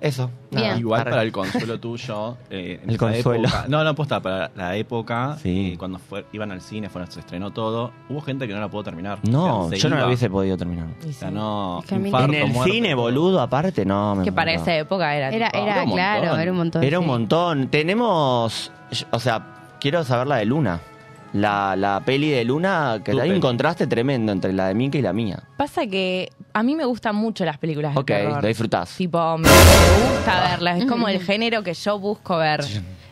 S1: Eso.
S2: Bien.
S1: nada.
S3: Igual
S1: Arre.
S3: para el consuelo
S1: (laughs)
S3: tuyo. eh, en
S1: El
S3: esa
S1: consuelo.
S3: época- no, no, posta, para la época,
S1: Sí.
S3: eh, cuando fue- iban al cine, fueron, se estrenó todo, hubo gente que no la pudo terminar. O
S1: No,
S3: sea, se
S1: yo no la
S3: iba.
S1: hubiese podido terminar.
S3: O sea, no,
S2: Es que a mí-
S3: infarto,
S1: en el
S3: muerte,
S1: cine,
S3: todo.
S1: boludo, aparte, no. me
S4: Que para
S1: muero.
S4: esa época era.
S2: Era,
S4: tipo-
S2: era,
S3: era un
S2: claro,
S3: montón.
S2: era un montón.
S1: Era un
S2: sí.
S1: montón. Tenemos, o sea, quiero saber la de Luna. La, la peli de Luna, que
S3: Tu
S1: hay un
S3: peli.
S1: contraste tremendo entre la de Minka y la mía.
S4: Pasa que a mí me gustan mucho las películas de
S1: Ok,
S4: terror.
S1: la disfrutás.
S4: Tipo, me, me gusta verlas. Es como
S2: (laughs)
S4: el género que yo busco ver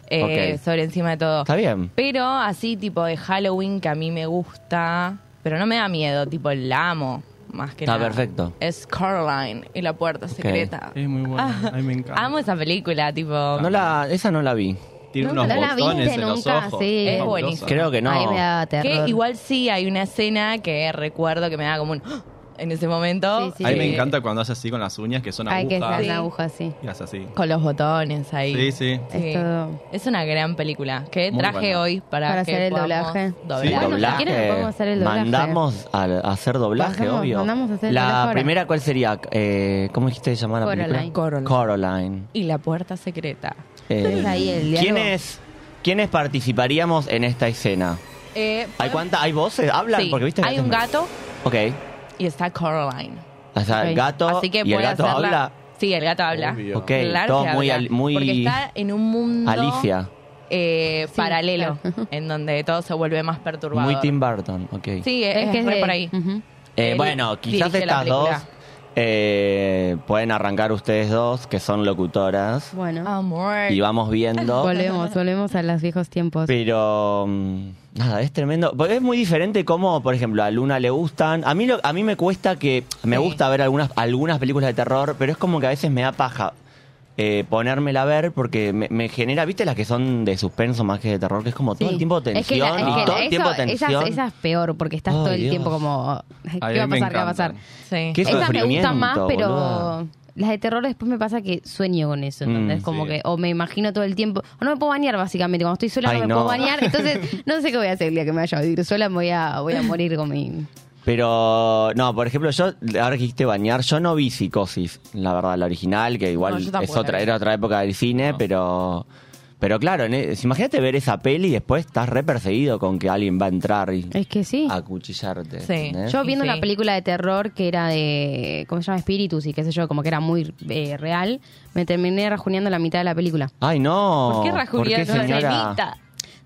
S4: eh,
S1: Ok.
S4: sobre encima de todo.
S1: Está bien.
S4: Pero así, tipo de Halloween que a mí me gusta, pero no me da miedo, tipo la amo más que
S1: Está
S4: nada.
S1: perfecto.
S4: Es Caroline y la puerta secreta.
S3: Es muy bueno,
S2: Ah.
S3: a mí me encanta.
S4: Amo esa película, tipo.
S1: No la, esa no la vi.
S3: Tiene
S2: No,
S3: unos
S2: no la viste
S3: botones en los
S2: nunca,
S3: ojos.
S2: sí.
S4: Es
S3: fabulosa.
S4: buenísimo.
S1: Creo que no.
S2: Ahí me daba terror.
S4: que igual sí hay una escena que recuerdo que me da como un. (gasps) ¡Ah! En ese momento.
S2: Sí, sí.
S3: A mí
S4: Eh,
S3: me encanta cuando hace así con las uñas, que son
S2: Hay que
S3: agujas.
S2: estar la aguja, sí.
S3: Y hace así.
S4: Con los botones ahí.
S3: Sí, sí.
S4: Sí.
S2: Es todo.
S4: Es una gran película que
S3: Muy
S4: traje
S3: buena.
S4: hoy para,
S2: Para
S4: que
S2: hacer el
S4: podamos
S2: doblaje.
S4: doblar.
S3: Sí,
S2: Bueno, si
S1: doblaje.
S2: quieren podemos hacer el doblaje.
S1: Mandamos a, a hacer doblaje,
S2: Pasamos,
S1: obvio.
S2: mandamos a hacer el doblaje
S1: la
S2: ahora.
S1: primera, ¿cuál sería? Eh, ¿Cómo dijiste que se llamaba la
S2: Coraline.
S1: película?
S4: Coraline.
S1: Coraline.
S4: Y la puerta secreta.
S1: Eh,
S2: Está ahí el diálogo.
S1: ¿Quiénes, ¿Quiénes participaríamos en esta escena?
S4: Eh,
S2: Ah.
S1: ¿Hay cuánta? ¿Hay voces? ¿Hablan?
S4: sí,
S1: Porque viste que
S4: hay un
S1: hacen-
S4: gato
S1: Ok.
S4: y está Caroline.
S1: O sea, el
S2: Ok.
S1: gato
S4: Así que
S1: y el
S4: puede
S1: gato
S4: hacerla-
S1: habla.
S4: Sí, el gato habla.
S3: Obvio.
S1: Ok,
S4: Claro
S1: todo
S4: que
S1: muy,
S4: habla,
S1: al- muy
S4: Porque está en un mundo
S1: Alicia.
S4: eh,
S2: Sí,
S4: paralelo,
S2: claro.
S4: en donde todo se vuelve más perturbador.
S1: Muy Tim Burton, ok.
S4: Sí, Eh, es,
S2: Es que es
S4: re
S2: de-
S4: por ahí.
S2: Ujú.
S1: Eh,
S4: Él
S1: bueno, quizás
S4: dirige la
S1: estas dos
S4: película.
S1: eh, pueden arrancar ustedes dos, que son locutoras,
S2: Bueno,
S4: Amor.
S1: y vamos viendo.
S2: volvemos, volvemos a los viejos tiempos.
S1: Pero mm, nada, es tremendo. Porque es muy diferente cómo, por ejemplo, a Luna le gustan. A mí lo- a mí me cuesta que me
S4: Sí.
S1: gusta ver algunas algunas películas de terror, pero es como que a veces me da paja eh, ponérmela a ver porque me, me genera, ¿viste las que son de suspenso más que de terror? Que es como todo
S2: Sí.
S1: el tiempo
S2: Es
S1: tensión
S2: que la- es
S1: y
S2: que
S1: todo el
S2: eso-
S1: tiempo
S2: esas-
S1: tensión.
S2: Esa, es peor porque estás
S1: Ay,
S2: todo el
S1: Dios.
S2: tiempo como, ¿qué
S3: A mí
S2: va a
S3: me
S2: pasar? ¿Qué va a pasar?
S3: encantan.
S4: Sí.
S1: ¿Qué?
S2: Esas me gustan más,
S1: sufrimiento,
S2: pero
S1: boluda.
S2: las de terror después me pasa que sueño con eso, ¿entendés?
S1: Mm,
S2: como
S3: sí.
S2: que o me imagino todo el tiempo, o no me puedo bañar básicamente, cuando estoy sola
S1: Ay,
S2: no me
S1: no.
S2: puedo bañar,
S1: (laughs)
S2: entonces no sé qué voy a hacer el día que me vaya a vivir sola, me voy a, voy a morir con mi...
S1: Pero, no, por ejemplo, yo, ahora que dijiste bañar, yo no vi Psicosis, la verdad, la original, que
S4: No,
S1: igual
S4: yo tampoco
S1: es
S4: la
S1: otra,
S4: vi.
S1: era otra época del cine, pero... Pero claro, en e- imagínate ver esa peli y después estás re perseguido con que alguien va a entrar y
S2: Es que sí.
S1: a acuchillarte.
S4: Sí.
S1: ¿entendés?
S2: Yo viendo
S4: Sí.
S2: una película de terror que era de, ¿cómo se llama? Espíritus y qué sé yo, como que era muy eh, real, me terminé rajuneando la mitad de la película.
S1: Ay, no.
S4: ¿Por qué rajuría
S1: ¿Por qué, señora?
S4: nenita?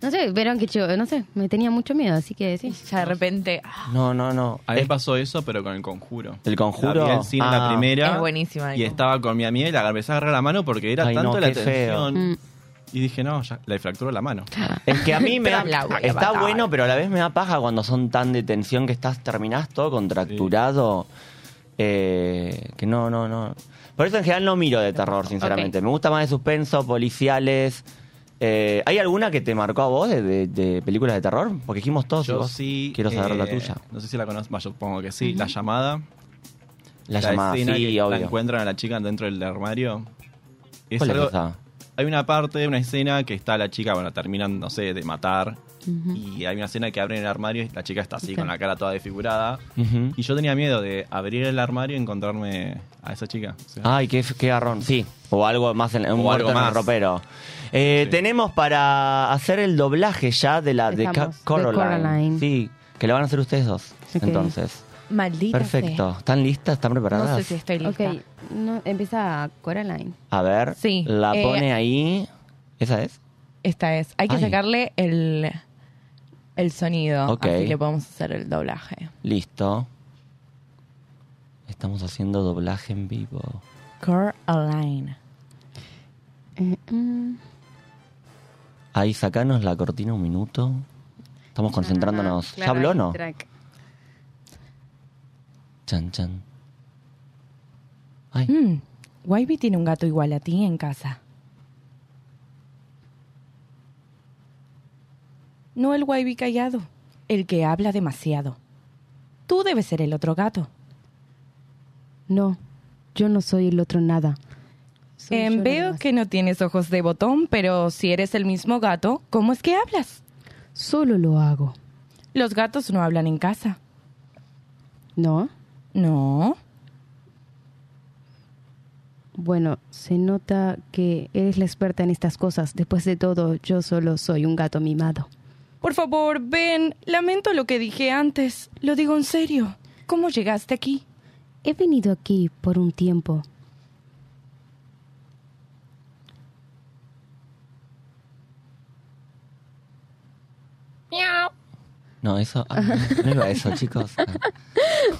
S2: No sé, vieron que yo, no sé, me tenía mucho miedo, así que sí.
S4: Ya de repente. ah,
S1: No, no, no.
S3: A mí me
S1: Es-
S3: pasó eso, pero con el conjuro.
S1: ¿El Conjuro?
S3: La vi en cine
S1: Ah.
S3: la primera.
S4: Es buenísima, el
S3: Y
S4: Conjuro.
S3: estaba con mi amiga y la empecé a agarrar la mano porque era
S1: Ay,
S3: tanto
S1: no,
S3: la
S1: qué feo.
S2: Mm.
S3: tensión. Y dije, no, ya, le fracturó la mano.
S1: Es que a mí me da,
S4: Pero la voy a
S1: está
S4: matar.
S1: bueno, pero a la vez me da paja cuando son tan de tensión que estás terminás todo contracturado. Eh, que no, no, no. Por eso en general no miro de terror, sinceramente. Me gusta más de suspenso, policiales. Eh, ¿Hay alguna que te marcó a vos de, de- de películas de terror? Porque dijimos todos. y
S3: Yo
S1: vos-
S3: sí.
S1: Quiero saber la
S3: eh,
S1: tuya.
S3: No sé si la conoces, bueno, yo supongo que sí. La llamada.
S1: La, llamada, sí,
S3: escena que La
S1: obvio.
S3: encuentran a la chica dentro del armario. Es
S1: ¿Cuál es
S3: algo-
S1: esa?
S3: Hay una parte, una escena que está la chica, bueno, terminan, no sé, de matar. Y hay una escena que abren el armario y la chica está así, con la cara toda desfigurada.
S1: Ujú.
S3: Y yo tenía miedo de abrir el armario y encontrarme a esa chica. O sea,
S1: Ay, qué, qué garrón, sí. O algo más en un
S3: O
S1: muerto
S3: algo
S1: en el
S3: más.
S1: ropero. Eh,
S3: Sí.
S1: Tenemos para hacer el doblaje ya de la de Ca-
S2: Estamos, de
S1: Coraline.
S2: Coraline.
S1: Sí, que lo van a hacer ustedes dos.
S2: Ok.
S1: Entonces,
S4: Maldita.
S1: perfecto. ¿Están listas? ¿Están
S4: sea.
S1: preparadas?
S4: No sé si estoy lista.
S2: Ok, no, empieza Coraline.
S1: A ver,
S4: Sí,
S1: la
S4: eh,
S1: pone ahí. ¿Esa es?
S4: Esta es. Hay que
S1: Ay.
S4: sacarle el, el sonido.
S1: Ok.
S4: Así que podemos hacer el doblaje.
S1: Listo. Estamos haciendo doblaje en vivo.
S4: Coraline.
S2: Eh, mm,
S1: Ahí, sacanos la cortina un minuto. Estamos concentrándonos. ¿Ya
S2: Clara
S1: habló o no?
S2: Ah, Track.
S1: Chan, chan. Ay.
S4: Mm, YB tiene un gato igual a ti en casa. No el YB callado, el que habla demasiado. Tú debes ser el otro gato.
S2: No, yo no soy el otro nada. Soy
S4: Em,
S2: yo nada
S4: veo
S2: más.
S4: que no tienes ojos de botón, pero si eres el mismo gato, ¿cómo es que hablas?
S2: Solo lo hago.
S4: Los gatos no hablan en casa.
S2: ¿No?
S4: No.
S2: Bueno, se nota que eres la experta en estas cosas. Después de todo, yo solo soy un gato mimado.
S4: Por favor, ven. Lamento lo que dije antes. Lo digo en serio. ¿Cómo llegaste aquí?
S2: He venido aquí por un tiempo.
S1: No, eso. ah, no iba
S2: (laughs)
S1: a eso, chicos.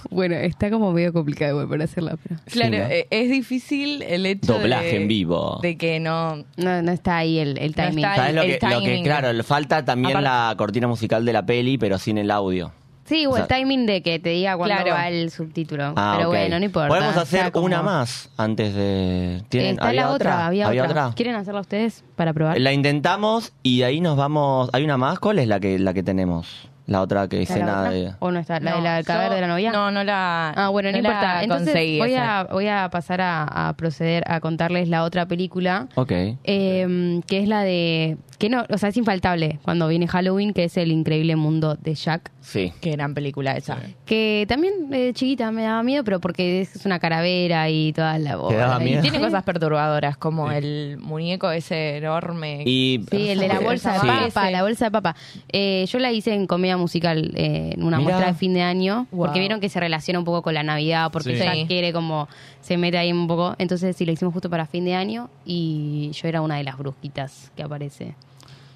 S2: Bueno, está como medio complicado igual para hacerla, pero...
S4: Claro,
S1: Sí, ¿no?
S4: eh, es difícil el hecho
S1: Doblaje
S4: de,
S1: en vivo.
S4: de que no.
S2: No, no está ahí el, el
S4: No
S2: timing.
S4: está
S1: ¿Sabes lo
S4: el
S1: que, lo que,
S4: timing.
S1: claro, le falta también
S4: Aparte-
S1: la cortina musical de la peli, pero sin el audio.
S2: Sí, o el
S1: O sea-
S2: timing de que te diga cuándo
S4: Claro.
S2: va el subtítulo.
S1: Ah,
S2: pero
S1: ok.
S2: bueno, no importa.
S1: Podemos
S2: Está
S1: hacer
S2: como-
S1: una más antes de. ¿Tienen,
S2: Está
S1: ¿había
S2: la otra, Había, otra.
S1: otra?
S2: ¿Quieren hacerla ustedes para probar?
S1: La intentamos y de ahí nos vamos. ¿Hay una más? ¿Cuál es la que, la que tenemos? La otra que
S2: ¿Está la
S1: escena
S2: otra?
S1: de.
S2: ¿O no está? ¿La de
S4: No,
S2: la del cadáver
S4: yo
S2: de la novia?
S4: No, no la.
S2: Ah, bueno, no,
S4: la
S2: importa. Entonces
S4: conseguí
S2: voy
S4: esa.
S2: a, voy a pasar a, a proceder a contarles la otra película,
S1: Ok.
S2: eh, que em, es la de Que no, o sea, es infaltable cuando viene Halloween, que es el increíble mundo de Jack.
S1: Sí.
S4: Qué gran película esa.
S2: Que también de chiquita me daba miedo, pero porque es una caravera y toda la bola.
S1: daba
S2: Y
S1: miedo?
S4: Tiene
S2: Tiene
S4: cosas perturbadoras, como el muñeco ese enorme.
S1: Y,
S2: Sí, el de la
S4: Sí.
S2: bolsa de
S4: Sí.
S2: papa,
S4: Ese.
S2: la bolsa de papa. Eh, yo la hice en comedia musical, eh, en una
S1: Mirá.
S2: muestra de fin de año,
S4: Wow.
S2: porque vieron que se relaciona un poco con la Navidad, porque
S3: Sí.
S2: ya
S4: Sí.
S2: quiere como, se mete ahí un poco. Entonces sí, lo hicimos justo para fin de año y yo era una de las brusquitas que aparece.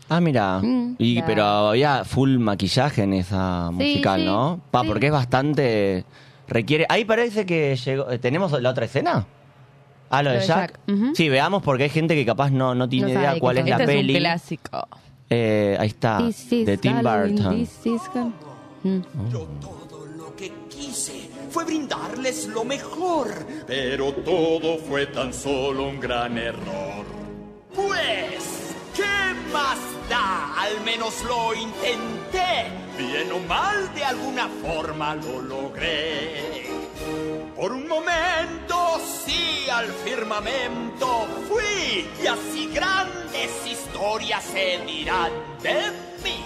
S1: Ah, mira.
S2: Mm,
S1: y
S4: claro.
S1: pero había full maquillaje en esa
S2: Sí,
S1: musical,
S2: sí,
S1: ¿no? Pa,
S2: sí.
S1: porque es bastante requiere. Ahí parece que llegó eh, tenemos la otra escena. Ah, lo, de Jack.
S2: ujú.
S1: Sí, veamos porque hay gente que capaz no, no tiene
S2: No sabe
S1: idea
S2: de qué
S1: cuál es
S2: son.
S1: la
S4: este es
S1: peli.
S4: un clásico.
S1: Eh, ahí está.
S2: This is
S1: De Tim
S2: Halloween,
S1: Burton. Eh,
S2: this is Hall- Mm.
S5: Yo todo lo que quise fue brindarles lo mejor, pero todo fue tan solo un gran error. Pues, ¿qué más da? Al menos lo intenté. Bien o mal, de alguna forma lo logré. Por un momento, sí, al firmamento fui, y así grandes historias se dirán de mí.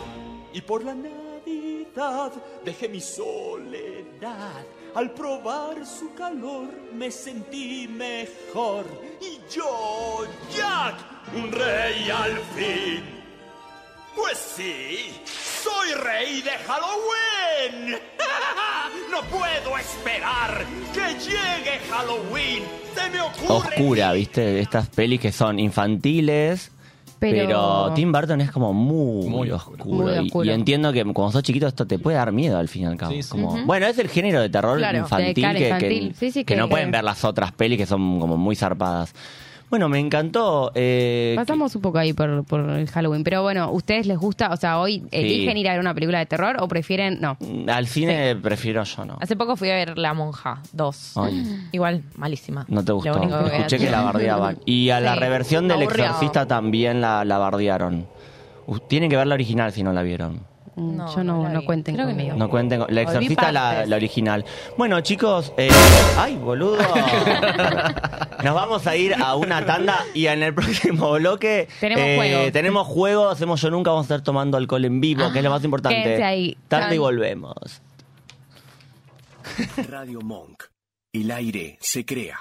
S5: Y por la Navidad dejé mi soledad, al probar su calor me sentí mejor. Y yo, Jack, un rey al fin. Pues sí, soy rey de Halloween. (laughs) No puedo esperar que llegue Halloween. Se me ocurre.
S1: Oscura, ¿viste? Estas pelis que son infantiles. Pero,
S2: Pero-
S1: Tim Burton es como muy,
S3: Muy
S1: oscuro.
S3: oscuro.
S2: Muy
S1: y-
S2: oscuro.
S1: Y, entiendo que cuando sos chiquito esto te puede dar miedo al fin y al cabo.
S3: Sí, sí.
S1: Como- Bueno, es el género de terror
S4: Claro, de
S1: infantil,
S2: cara
S1: que, que-
S2: infantil. Sí, sí,
S1: que
S2: que- eh,
S1: no pueden ver las otras pelis que son como muy zarpadas. Bueno, me encantó. eh,
S2: Pasamos un poco ahí por, por el Halloween, pero bueno, ¿ustedes les gusta? O sea, hoy eligen ir a ver una película de terror o prefieren no.
S1: que- al cine prefiero yo, ¿no?
S4: Hace poco fui a ver La Monja 2.
S1: Ay.
S4: Igual, malísima.
S1: No te
S4: Lo
S1: gustó.
S4: único que-
S1: Escuché que la bardeaban. Y a la
S4: Sí,
S1: reversión del
S4: aburrido.
S1: Exorcista también la, la bardearon. U- Tienen que ver la original si no la vieron.
S2: Mm,
S4: No,
S2: Yo no,
S4: no la
S2: no
S4: vi.
S2: cuenten
S4: Creo que
S2: conmigo.
S1: No cuenten con... La
S4: Hoy vi
S1: exorcista, la,
S4: partes.
S1: la original. Bueno, chicos... eh, ¡Ay,
S4: (laughs)
S1: boludo! Nos vamos a ir a una tanda y en el próximo bloque... eh,
S2: Tenemos juego.
S1: Tenemos juego, hacemos yo nunca, vamos a estar tomando alcohol en vivo, que es
S4: Ah,
S1: lo más importante.
S2: quédense ahí.
S1: Tarde y
S2: Chan.
S1: volvemos.
S6: Radio Monk. El aire se crea.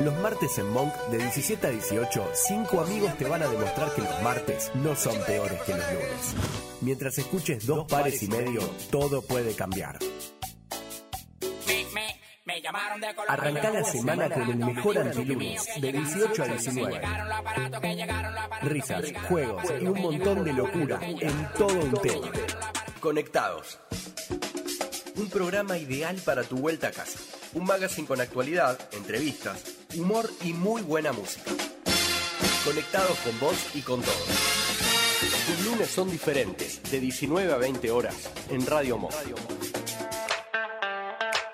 S7: Los martes en Monk de 17 a 18, cinco amigos te van a demostrar que los martes no son peores que los lunes. Mientras escuches dos pares y medio, todo puede cambiar. Arranca la semana con el mejor antilunes, de 18 a 19. Risas, juegos y un montón de locura en todo un tema. Conectados. Un programa ideal para tu vuelta a casa. Un magazine con actualidad, entrevistas, humor y muy buena música. Conectados con vos y con todos. Tus lunes son diferentes, de 19 a 20 horas, en Radio Mo.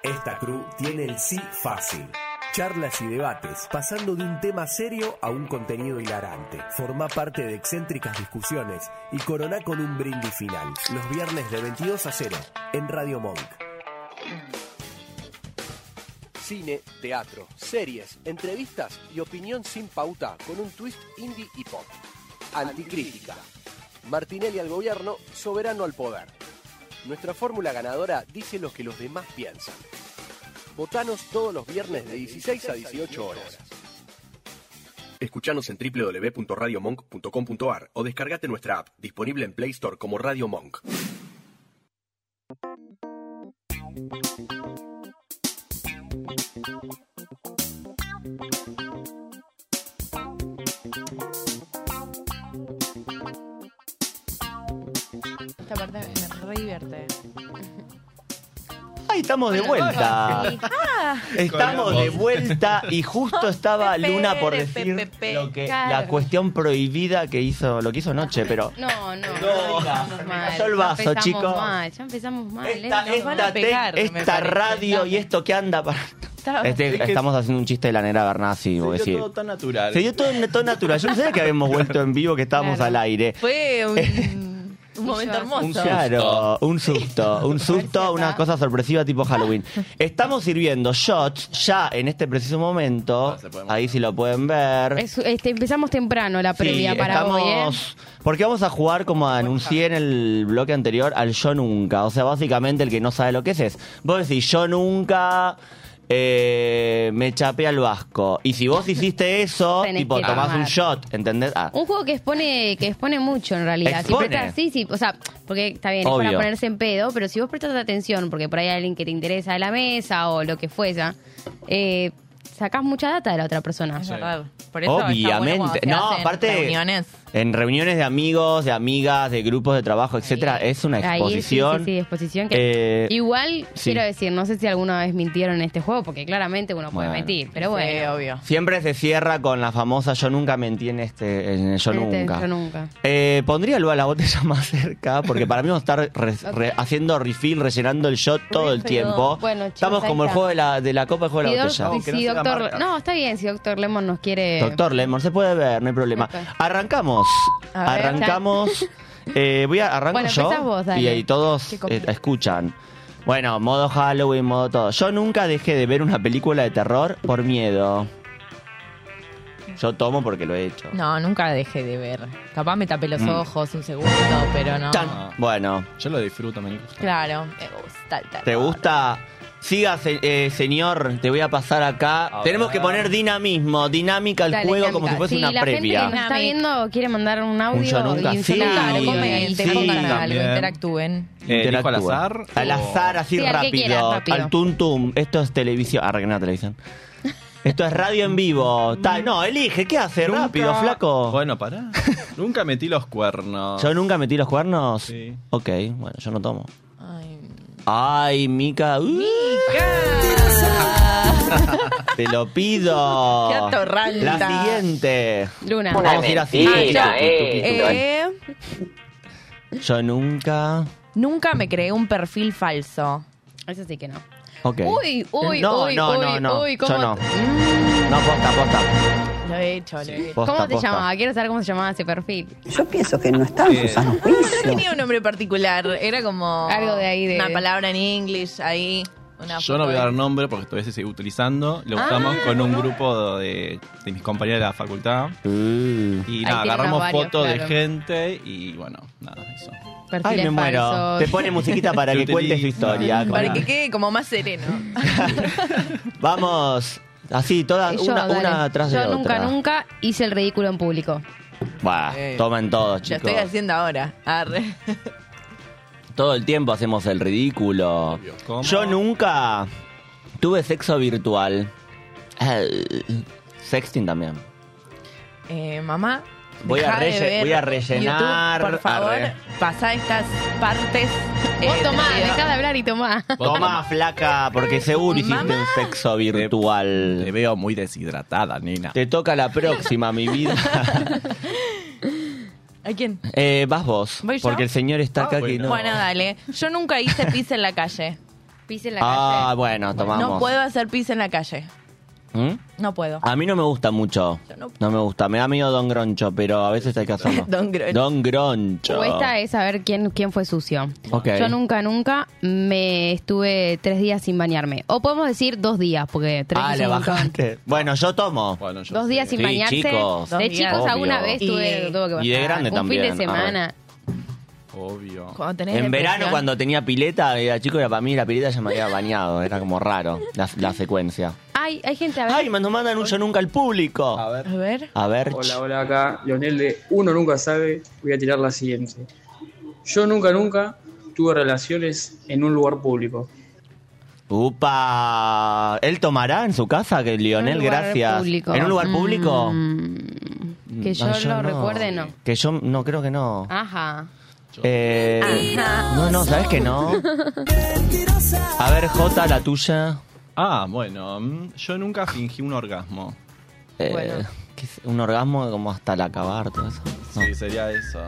S7: Esta crew tiene el sí fácil. Charlas y debates, pasando de un tema serio a un contenido hilarante. Forma parte de excéntricas discusiones y corona con un brindis final. Los viernes de 22 a 0 en Radio Monk. Cine, teatro, series, entrevistas y opinión sin pauta con un twist indie y pop. Anticrítica. Martinelli al gobierno, soberano al poder. Nuestra fórmula ganadora dice lo que los demás piensan. Votanos todos los viernes de 16 a 18 horas. Escuchanos en www.radiomonk.com.ar o descargate nuestra app, disponible en Play Store como Radio Monk.
S4: (laughs) Esta parte me re divierte.
S1: Ahí estamos de vuelta. Estamos de vuelta y justo estaba
S4: Ah. Pepe,
S1: Luna por
S4: pepe,
S1: decir
S4: pepe.
S1: lo que, la
S2: Claro.
S1: cuestión prohibida que hizo, lo que hizo anoche, pero...
S2: No, no,
S1: No,
S2: ya empezamos
S1: se me
S2: mal,
S1: cayó el
S2: ya
S1: vaso,
S2: empezamos
S1: chicos.
S2: mal, ya empezamos mal.
S1: Esta,
S2: eh, nos van a
S1: esta,
S4: pegar,
S1: tec-
S4: me
S1: esta
S4: parece.
S1: radio y
S4: Dame.
S1: esto que anda para...
S4: estaba.
S1: Este-
S3: Es que-
S1: estamos haciendo un chiste de la negra Bernasi,
S3: Se
S1: porque
S3: dio
S1: sí.
S3: todo tan natural.
S1: Se dio todo, todo natural. Yo no sabía que habíamos vuelto en vivo, que estábamos
S2: Claro.
S1: al aire.
S4: Fue (laughs) un, un momento
S2: yo-
S4: hermoso.
S3: Un
S1: Claro, un susto, un susto,
S4: Sorpresa.
S1: una cosa sorpresiva tipo Halloween. Estamos sirviendo shots ya en este preciso momento.
S3: Ah, se puede
S1: Ahí sí lo pueden ver.
S2: Es- este, empezamos temprano la
S1: Sí,
S2: previa para
S1: estamos,
S2: hoy, ¿eh?
S1: Porque vamos a jugar, como anuncié en el bloque anterior, al Yo Nunca. O sea, básicamente el que no sabe lo que es es. Vos decís, Yo Nunca eh, me chapé al Vasco. Y si vos hiciste
S2: (laughs)
S1: eso,
S2: Tenés
S1: tipo,
S2: que
S1: tomás
S2: tomar.
S1: un shot, ¿entendés? Ah,
S2: Un juego que expone, que expone mucho en realidad.
S1: Expone.
S2: Si prestas, sí, sí, o sea, porque está bien, es
S1: Obvio.
S2: para ponerse en pedo, pero si vos prestas atención, porque por ahí hay alguien que te interesa de la mesa o lo que fuese, eh, sacás mucha data de la otra persona.
S4: Es verdad. Por eso está bueno cuando
S1: Obviamente.
S4: se
S1: no,
S4: hacen
S1: aparte.
S4: Reuniones.
S1: En reuniones de amigos, de amigas, de grupos de trabajo, etcétera, es una
S2: Ahí, sí,
S1: exposición.
S2: sí, sí, exposición. que-
S1: Eh,
S2: Igual,
S1: sí.
S2: quiero decir, no sé si alguna vez mintieron en este juego, porque claramente uno puede
S1: Bueno.
S2: mentir, pero
S4: Sí,
S2: bueno.
S4: obvio.
S1: Siempre se cierra con la famosa Yo nunca mentí en este. En el yo
S2: Este,
S1: nunca.
S2: yo nunca.
S1: Eh, pondría luego la botella (laughs) más cerca, porque para mí vamos a estar re- re- haciendo refill, rellenando el shot todo el
S2: Pero,
S1: tiempo.
S2: bueno, chicos,
S1: Estamos
S2: ahí
S1: como el
S2: está.
S1: juego de la, de la copa, el juego de
S2: Si
S1: la
S2: doc-
S1: botella.
S3: Aunque
S2: si
S3: no sea
S2: doctor-
S3: marca.
S2: no, está bien si Doctor Lemon nos
S4: Eh,
S2: quiere...
S1: Doctor Lemon, se puede ver, no hay problema.
S2: Ok.
S1: Arrancamos.
S4: A ver.
S1: arrancamos. eh, voy a arranco
S2: Bueno,
S1: yo
S2: empezás vos, dale.
S1: y ahí todos
S4: Qué
S1: eh,
S4: complicado.
S1: escuchan. Bueno, modo Halloween, modo todo. Yo nunca dejé de ver una película de terror por miedo. Yo tomo porque lo he hecho.
S4: No, nunca dejé de ver. Capaz me tapé
S1: Mm.
S4: los ojos un segundo, pero no.
S1: Chan. Bueno,
S3: Yo lo disfruto, me gusta.
S4: Claro, me gusta el terror.
S1: ¿te gusta? Siga, se- eh, señor, te voy a pasar acá.
S3: A
S1: Tenemos
S3: ver.
S1: que poner dinamismo, dinámica al
S4: Dale,
S1: juego como
S4: dinámica.
S1: si fuese
S2: si
S1: una
S2: la
S1: previa.
S2: gente que nos está viendo quiere mandar un audio
S1: Un yo nunca.
S2: y un yo
S1: Sí,
S2: nunca,
S4: Claro,
S2: lo
S4: comenten,
S2: comenten,
S1: sí.
S4: pongan
S2: pongan
S4: algo,
S2: algo.
S3: También.
S4: interactúen.
S3: Eh, ¿elijo al
S1: Interactúan.
S3: azar?
S1: Al
S3: o-
S1: azar, así
S2: Sí, al que
S1: rápido,
S2: quieras, rápido.
S1: Al tum tum. Esto es televisión. Ah, Arranca una televisión. Esto es radio en vivo. Ta- No, elige. ¿Qué hace?
S3: Nunca-
S1: Rápido, flaco.
S3: Bueno, pará. Nunca metí los cuernos.
S1: ¿Yo nunca metí los cuernos?
S3: Sí.
S1: Ok, bueno, yo no tomo.
S4: Ay,
S1: Ay, Mica. uh, Uh, te lo pido.
S4: (laughs) Qué atorranta.
S1: La siguiente.
S2: Luna.
S1: Vamos a ir así.
S4: mentira,
S1: Tuki, tuki, tuki, tuki.
S4: Ah, eh,
S1: Yo nunca.
S4: nunca me creé un perfil falso.
S2: Eso sí que no.
S1: Ok.
S4: Uy, uy,
S1: no,
S4: uy,
S1: no,
S4: uy,
S1: no, no.
S4: uy,
S1: Yo
S4: ¿cómo Mm.
S1: no. No, posta, posta.
S4: Lo he hecho, lo he hecho.
S1: Posta,
S2: ¿Cómo te
S1: posta.
S2: llamaba? Quiero saber cómo se llamaba ese perfil.
S8: Yo pienso que no está en
S3: Eh,
S8: su sano
S4: No
S8: juicio.
S4: tenía un nombre particular, era como...
S2: Algo de ahí de-
S4: Una palabra en inglés, ahí... Una
S3: Yo
S4: foto
S3: no voy a
S4: de-
S3: dar nombre porque todavía se sigue utilizando. Lo usamos con un grupo de, de mis compañeros de la facultad. Y
S1: Uh.
S2: Ahí
S3: nada,
S2: tienen
S3: agarramos
S2: a varios,
S3: fotos de
S2: claro.
S3: gente y bueno, nada, eso.
S2: Perfiles
S1: Ay, me muero.
S2: falsos.
S1: Te pone musiquita
S3: (laughs)
S1: para
S3: Yo
S1: que
S3: te
S1: cuente su
S3: digo.
S1: historia.
S4: Para
S1: Con-
S4: que quede como más
S1: (laughs)
S4: sereno.
S1: Vamos. Así, todas,
S2: Eh, Yo,
S1: una,
S2: dale.
S1: una atrás de
S2: Yo
S1: otra.
S2: nunca, nunca hice el ridículo en público.
S1: Bah,
S4: Eh.
S1: toman todos,
S4: Lo
S1: chicos.
S4: estoy haciendo ahora. Arre.
S1: Todo el tiempo hacemos el ridículo.
S3: ¿Cómo?
S1: Yo nunca tuve sexo virtual. Eh, Sexting también.
S4: Eh, mamá,
S1: Voy a
S4: dejá de
S1: relle-
S4: ver
S1: voy a rellenar,
S4: YouTube, por favor,
S1: arre.
S4: pasá estas partes. eh,
S2: Vos tomá,
S4: del video.
S2: dejá de hablar y tomá.
S3: Vos
S1: Toma, flaca, porque seguro hiciste
S4: Mamá.
S1: un sexo
S3: Te
S1: virtual.
S3: veo muy deshidratada, nena.
S1: Te toca la próxima,
S3: (laughs)
S1: mi vida.
S4: ¿A quién?
S1: Eh, vas vos,
S4: ¿Voy yo?
S1: porque el señor está
S3: Ah,
S1: acá que
S3: bueno.
S1: no.
S4: Bueno, dale. Yo nunca hice pis en la calle.
S2: Pise en la
S1: Ah,
S2: calle.
S1: bueno, tomamos.
S4: No puedo hacer pis en la calle.
S1: ¿Mm?
S4: No puedo.
S1: A mí no me gusta mucho.
S4: Yo no-
S1: No me gusta. Me da miedo Don Groncho, pero a veces hay que
S2: (laughs)
S1: hacerlo.
S4: (laughs) Don Groncho.
S1: Don Groncho.
S2: O esta es saber quién, quién fue sucio.
S1: Ok.
S2: Yo nunca, nunca me estuve tres días sin bañarme. O podemos decir dos días, porque tres
S1: Ah,
S2: es
S1: le
S2: un montón.
S1: bajaste. Bueno, yo tomo.
S3: Bueno, yo
S2: Dos
S3: sé.
S2: días sin
S1: Sí,
S2: bañarse.
S1: chicos.
S4: Dos
S2: De
S4: días.
S2: chicos alguna
S1: Obvio.
S2: vez tuve,
S4: Y-
S2: tuve que
S1: y de
S2: bajar.
S1: grande
S2: un
S1: también,
S2: fin de semana.
S3: Obvio.
S4: Cuando tenés
S1: En verano,
S4: depresión.
S1: cuando tenía pileta, era chico, era para mí la pileta ya me había bañado. Era como raro la, la secuencia.
S2: Ay, hay gente a ver.
S1: Ay, me nos mandan un yo nunca al público.
S3: A ver.
S4: A ver.
S1: A ver.
S9: Hola, hola, acá Leonel de Uno Nunca Sabe. Voy a tirar la siguiente. Yo nunca, nunca tuve relaciones en un lugar público.
S1: Upa. ¿Él tomará en su casa? Que
S2: En
S1: Lionel,
S2: un lugar
S1: gracias.
S2: público.
S1: ¿En un lugar público?
S2: Mm, que yo
S1: Ah,
S2: lo recuerde, no.
S1: Que yo no creo que no.
S2: Ajá.
S1: Eh,
S2: Ajá.
S1: no, no, ¿sabes que no? A ver, Jota, la tuya.
S3: Ah, bueno, mm, yo nunca fingí un orgasmo.
S1: Eh,
S2: Bueno.
S1: ¿qué es? Un orgasmo como hasta el acabar, todo eso. No.
S3: Sí, sería eso.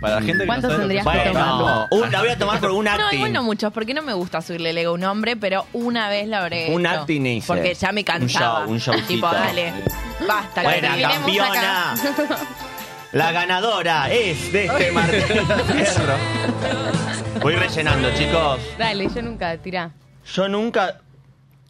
S3: Para la
S1: Mm.
S3: gente que no
S2: ¿Cuántos
S3: sabe lo que es
S2: tendrías que
S3: un
S2: tomar?
S1: Bueno,
S3: orgasmo,
S1: un- la voy a tomar por un
S4: No,
S1: acting.
S4: igual no muchos, porque no me gusta subirle el ego a un hombre, pero una vez lo habré
S1: Un
S4: hecho.
S1: acting hice.
S4: Porque ya me
S1: Un
S4: cansaba.
S1: show, un showcito.
S4: Tipo, dale, basta.
S1: Buena,
S4: que terminemos
S1: campeona.
S4: acá.
S1: La ganadora es de este Martín
S4: (laughs)
S1: Fierro. Voy rellenando, chicos.
S2: Dale, yo nunca tirá.
S1: Yo nunca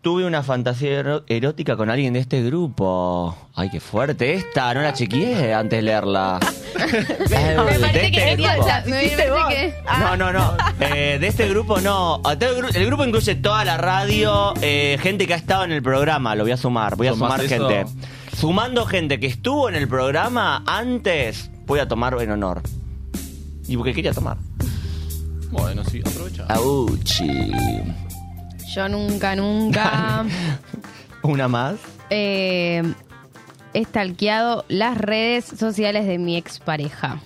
S1: tuve una fantasía ero- erótica con alguien de este grupo. Ay, qué fuerte esta. No la chequeé antes de
S2: (laughs)
S1: leerla.
S2: Me
S1: De
S2: parece
S1: este
S2: que
S1: grupo.
S2: quería- o sea, me parece que-
S1: No, no, no. Eh, de este grupo no. A todo El gru- el grupo incluye toda la radio, eh, gente que ha estado en el programa. Lo voy a sumar, voy a
S3: Tomás
S1: sumar
S3: eso.
S1: gente. Sumando gente que estuvo en el programa antes, voy a tomar en honor. Y porque quería tomar.
S3: Bueno, sí, aprovecha.
S1: Auchi.
S2: Yo nunca,
S1: (laughs)
S2: nunca
S1: Una más.
S2: eh, he stalkeado las redes sociales de mi expareja.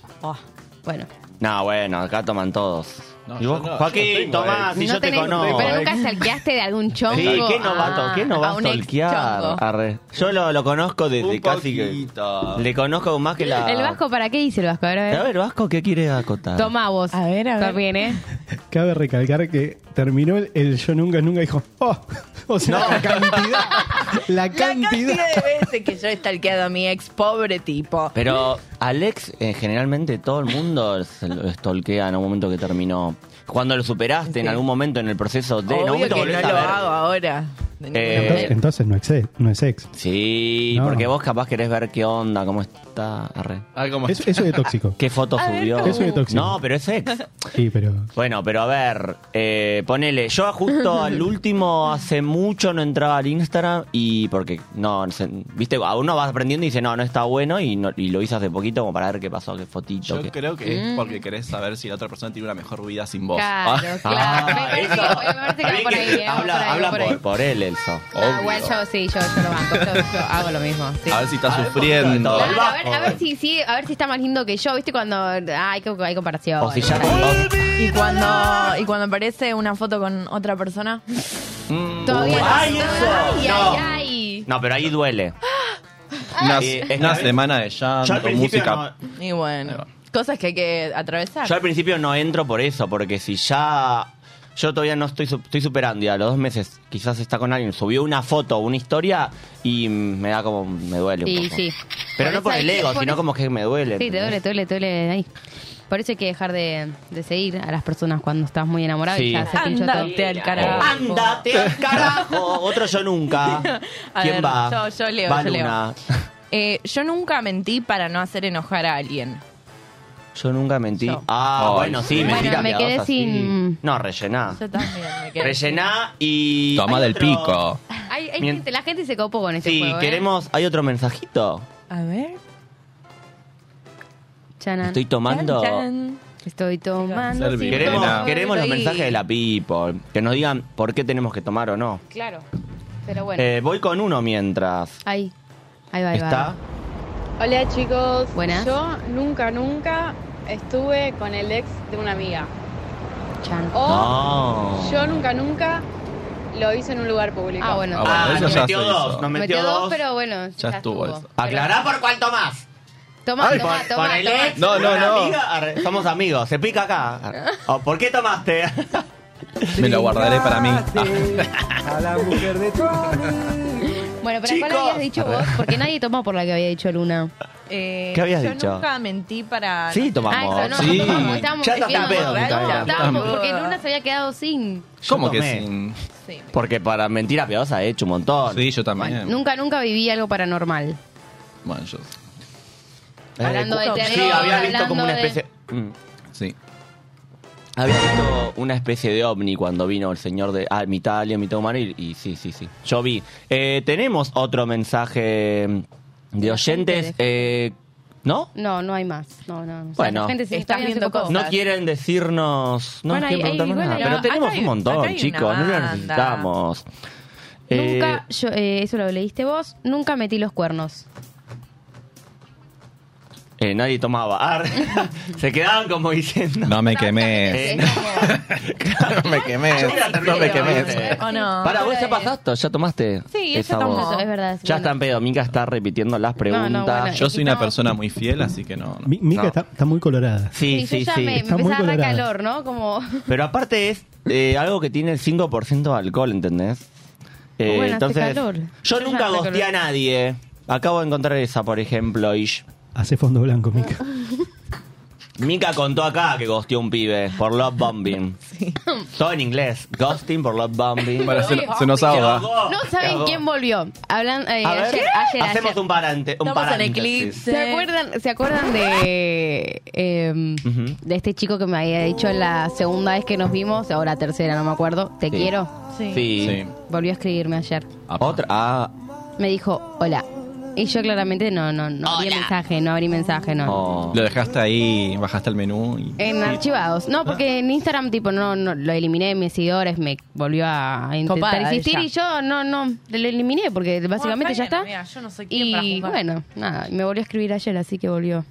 S2: Bueno,
S1: No, bueno, acá toman todos.
S3: No,
S1: y
S3: yo
S1: vos,
S3: no, yo no
S1: Joaquín,
S3: tengo
S1: tomás,
S3: ex.
S1: si yo te
S2: tenés-
S1: conozco. eh.
S2: Pero nunca stalkeaste de algún chongo.
S1: Sí, ¿qué no va a,
S2: Ah,
S1: to- qué no va a,
S4: a un ex
S1: stalkear?
S4: chongo.
S1: Arre. Yo lo, lo conozco desde
S3: Un
S1: casi que.
S3: poquito.
S1: Le conozco más que la.
S2: ¿El Vasco eh. para qué dice el Vasco? A ver, a ver.
S1: A ver, Vasco, ¿qué quiere acotar?
S2: Toma vos.
S4: A ver, a ver.
S2: También, ¿eh?
S8: Cabe recalcar que terminó el, el yo nunca, nunca dijo, oh, o sea, la cantidad, la
S4: La cantidad
S8: cantidad.
S4: de veces que yo he stalkeado a mi ex, pobre tipo.
S1: Pero Alex, eh, generalmente todo el mundo (laughs) se lo estolquea en un momento que terminó. Cuando lo superaste en algún momento en el proceso de. en
S4: Obvio
S1: algún momento
S4: que
S1: volvés
S4: no
S1: a
S4: lo
S1: ver.
S4: hago ahora. De ninguna
S1: Eh,
S8: Entonces, entonces
S4: manera.
S8: no es ex, no es ex.
S1: Sí,
S8: No.
S1: porque vos capaz querés ver qué onda, cómo está. Arre.
S3: Ah, ¿cómo
S8: Eso, eso de tóxico.
S1: (laughs) ¿Qué foto subió?
S8: Eso es tóxico.
S1: No, pero es ex.
S8: Sí, pero
S1: Bueno, pero a ver, eh, ponele, yo
S2: (laughs)
S1: justo al último hace mucho no entraba al Instagram y porque no, se- viste, a uno vas aprendiendo y dice, no, no está bueno y, no- y lo hice hace poquito como para ver qué pasó, qué fotito.
S3: Yo
S1: qué-
S3: creo que
S1: Mm.
S3: es porque querés saber si la otra persona tiene una mejor vida sin vos.
S1: (laughs)
S2: Claro,
S1: Ah,
S2: claro. Me parece que-
S1: eso.
S2: me parece que va
S1: Está
S2: por
S1: bien
S2: ahí, ¿eh?
S1: que
S2: Va por ahí,
S1: Habla,
S2: va
S1: habla
S2: por
S1: por,
S2: ahí.
S1: por él, Elso.
S2: Ah, igual yo sí, yo, yo lo banco. Yo, yo hago lo mismo. sí.
S3: A ver si está
S1: A ver,
S3: sufriendo.
S1: todo.
S2: Claro, a, ver, a ver si sí, a ver si está más lindo que yo, ¿viste? Cuando ah, hay, co- hay comparación.
S1: O si ya...
S4: Y cuando, y cuando aparece una foto con otra persona,
S2: Todavía no.
S1: ¡Ay, eso!
S2: Ay,
S1: No.
S2: ay, ay.
S1: No, pero ahí duele.
S2: Ah.
S3: Una,
S1: Eh, es que a
S3: una
S1: ver-
S3: semana de jam,
S1: Yo al
S3: con
S1: principio
S3: música.
S1: no-
S4: y bueno, cosas que hay que atravesar.
S1: Yo al principio no entro por eso, porque si ya. Yo todavía no estoy, su- estoy superando y a los dos meses quizás está con alguien, subió una foto o una historia y mm, me da como. me duele un
S2: Sí,
S1: poco.
S2: sí.
S1: Pero
S2: Por
S1: no
S2: eso
S1: por
S2: hay
S1: el
S2: que-
S1: ego,
S2: por
S1: sino
S2: eso-
S1: como que me duele.
S2: Sí, te duele, te duele, te duele ahí. Por eso hay que dejar de, de seguir a las personas cuando estás muy enamorado
S1: Sí.
S2: y ya se pinchó todo.
S4: Andate al carajo.
S1: Oh. ¡Ándate al carajo! Otro
S2: (laughs)
S1: yo nunca.
S4: A
S1: ¿Quién
S4: ver,
S1: va?
S4: yo- yo leo,
S1: Va
S4: yo leo.
S1: Luna.
S4: Eh, yo nunca mentí para no hacer enojar a alguien.
S1: Yo nunca mentí.
S4: Yo.
S1: Ah,
S3: Ay,
S1: bueno, sí,
S3: sí.
S1: mentira.
S2: Bueno, me quedé
S1: piadosa, sí.
S2: sin-
S1: No, rellená.
S4: Yo también me quedé.
S1: Rellená y.
S3: Toma
S1: hay
S3: del
S1: otro-
S3: pico.
S2: Hay- hay
S1: Mien-
S2: gente- la gente se copó con este
S1: Sí,
S2: juego. ¿eh?
S1: queremos. ¿Hay otro mensajito?
S4: A ver.
S2: Chanan.
S1: Estoy
S2: Estoy,
S1: tomando.
S4: Chan, chan.
S2: tomando.
S3: Servi.
S2: sin
S1: Queremos,
S2: control.
S1: queremos los
S2: Estoy-
S1: mensajes de la people, que nos digan por qué tenemos que tomar o no.
S2: Claro. Pero bueno.
S1: Eh, voy con uno mientras.
S2: Ahí. Ahí va, ahí
S1: ¿Está?
S2: va.
S10: Hola chicos,
S2: Buenas.
S10: yo nunca, nunca estuve con el ex de una amiga.
S2: Chan.
S10: O
S2: Oh.
S1: No.
S10: yo nunca, nunca lo hice en un lugar público.
S2: Ah, bueno.
S3: Ah, bueno, eso
S1: nos
S3: ya
S1: metió
S3: se hizo.
S1: dos, nos
S2: Metió dos, pero bueno.
S3: Ya estuvo eso.
S1: Aclará por cuál tomás.
S2: Toma,
S3: Ay,
S2: toma,
S1: por,
S2: toma.
S1: por el
S2: toma.
S1: ex,
S3: No,
S1: por
S3: no,
S1: una
S3: no.
S1: amiga. Arre, Somos amigos, se pica acá. Arre. Oh, ¿Por qué (laughs) tomaste?
S3: Me lo guardaré para mí.
S8: a la mujer de tu
S2: Bueno, pero ¿cuál habías dicho vos? Porque nadie tomó por la que había dicho Luna.
S4: Eh,
S1: ¿Qué habías
S4: yo
S1: dicho?
S4: nunca mentí para.
S1: sí, tomamos.
S2: Ah, eso no,
S3: Sí.
S2: no tomamos, estábamos
S1: Ya está
S2: escribiendo,
S1: tan pedo,
S2: ¿verdad?
S1: Micaela.
S2: Estábamos, porque Luna se había quedado sin.
S1: Yo
S3: Ah, ¿Cómo que
S1: tomé.
S3: sin?
S4: Sí.
S1: Porque para mentira piadosa he hecho un montón.
S3: Sí, yo también.
S2: Nunca, nunca viví algo paranormal.
S3: Bueno, yo.
S1: Eh,
S2: Hablando de terror,
S1: Sí, había visto como
S2: hablando
S1: una
S2: de-
S1: especie. Mm.
S3: Sí.
S1: Había visto una especie de ovni cuando vino el señor de ah, mitad alien, mitad humano y, y sí, sí, sí. Yo vi. Eh, tenemos otro mensaje de oyentes, eh, ¿no?
S2: No, no hay más. No, no. O sea,
S1: Bueno.
S2: la gente se
S4: Estás
S2: está viendo
S4: viendo
S2: cosas.
S4: cosas.
S1: No quieren decirnos, no
S2: Bueno,
S1: nos quieren
S2: ahí-
S1: preguntar
S2: ahí,
S1: nada,
S2: bueno,
S1: pero
S4: acá
S1: tenemos
S4: hay-
S1: un
S4: acá
S1: montón,
S4: hay
S1: chicos,
S4: una
S1: no lo
S4: banda.
S1: necesitamos. Eh,
S2: Nunca, yo, eh, eso lo leíste vos, nunca metí los cuernos.
S1: Eh, nadie tomaba. Ar.
S4: (laughs)
S1: se quedaban como (laughs) diciendo.
S3: No me quemes.
S1: Eh, no me quemes. No me quemes.
S4: ¿O no?
S1: Para, vos ya pasaste, ya tomaste.
S4: Sí,
S1: esa
S4: ya tomó.
S1: voz.
S4: Eso es
S2: verdad, es
S1: ya
S2: bueno.
S1: está en pedo. Mica está repitiendo las preguntas.
S2: bueno,
S3: Yo soy una
S2: No.
S3: persona muy fiel, así que no. no.
S8: Mi- Mica
S1: No.
S8: está, está muy colorada.
S1: Sí,
S2: Y yo
S1: sí,
S2: ya
S1: sí.
S2: me, me
S8: Está muy
S2: empezaba a dar
S8: colorada.
S2: calor, ¿no? Como. (laughs)
S1: Pero aparte es eh, algo que tiene el 5% de alcohol, ¿entendés? Eh,
S2: Bueno, hace
S1: entonces,
S2: calor.
S1: yo
S2: Yo
S1: nunca
S2: ya hace
S1: gosteé a
S2: calor.
S1: nadie. Acabo de encontrar esa, por ejemplo, Ish.
S8: Hace fondo blanco, Mica.
S1: Mika contó acá que gosteó un pibe por love
S2: (laughs)
S1: bombing. Todo en inglés. Ghosting por love bombing.
S3: Bueno, se, se nos ahoga.
S2: No saben quién volvió. Hablan, eh,
S1: Oh, A ver,
S2: ayer, ayer,
S1: hacemos
S2: ayer.
S1: un parante. Un
S4: Estamos en
S1: paréntesis.
S4: eclipse.
S2: ¿Se acuerdan, ¿Se acuerdan de, em,
S1: Ujú.
S2: de este chico que me había dicho la segunda vez que nos vimos, o la tercera, no me acuerdo? Te
S1: Sí.
S2: quiero.
S4: Sí.
S1: Sí.
S3: Sí.
S2: Volvió a escribirme ayer.
S1: Otra. Ah,
S2: Me dijo, hola. Y yo claramente no, no, no abrí el mensaje, no abrí mensaje, no.
S1: oh.
S3: Lo dejaste ahí, bajaste al menú y.
S2: En archivados. No, porque en Instagram, tipo, no, no lo eliminé de mis seguidores, me volvió a intentar
S4: Copada
S2: insistir
S4: ella.
S2: y yo no, no, lo eliminé porque básicamente ya
S4: está
S2: está.
S4: bien, amiga, yo no soy quien para
S2: y
S4: juzgar.
S2: bueno, nada, me volvió a escribir ayer, así que volvió.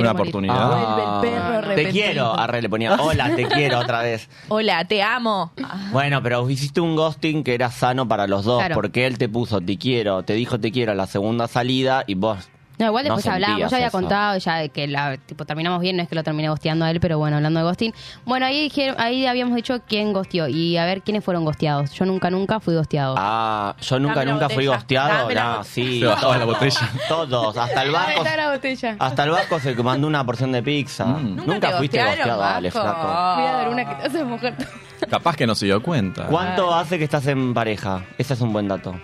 S2: Me
S3: una
S2: quiero morir.
S3: oportunidad.
S1: Ah.
S4: Vuelve el perro
S1: Te
S4: arrepentido.
S1: quiero. Arre, le ponía.
S2: (laughs)
S1: Hola, te quiero otra vez.
S4: Hola, te amo.
S1: Bueno, pero hiciste un ghosting que era sano para los dos,
S2: Claro.
S1: porque él te puso te quiero, te dijo te quiero a la segunda salida y vos.
S2: No, igual después
S1: No
S2: hablábamos,
S1: sentías
S2: ya había
S1: eso.
S2: contado, ya que la, tipo, terminamos bien, no es que lo terminé gosteando a él, pero bueno, hablando de ghosting. Bueno, ahí dijeron, ahí habíamos dicho quién gosteó y a ver quiénes fueron gosteados. Yo nunca, nunca fui gosteado.
S1: Ah, yo nunca,
S4: Dame la
S1: nunca fui
S4: botella,
S1: gosteado.
S4: dame la
S1: No,
S4: botella.
S1: sí.
S3: Se bajaba la
S1: todos,
S3: botella.
S1: Todos, hasta el vasco.
S2: la botella.
S1: Hasta el vasco se mandó una porción de pizza.
S3: Mm.
S1: Nunca,
S4: te
S1: fuiste
S4: gostearon,
S1: gosteado, dale,
S4: Vasco?
S1: flaco.
S2: Voy a dar una que te hace mujer.
S3: Capaz que no se dio cuenta.
S1: ¿Cuánto hace que estás en pareja? Ese es un buen dato.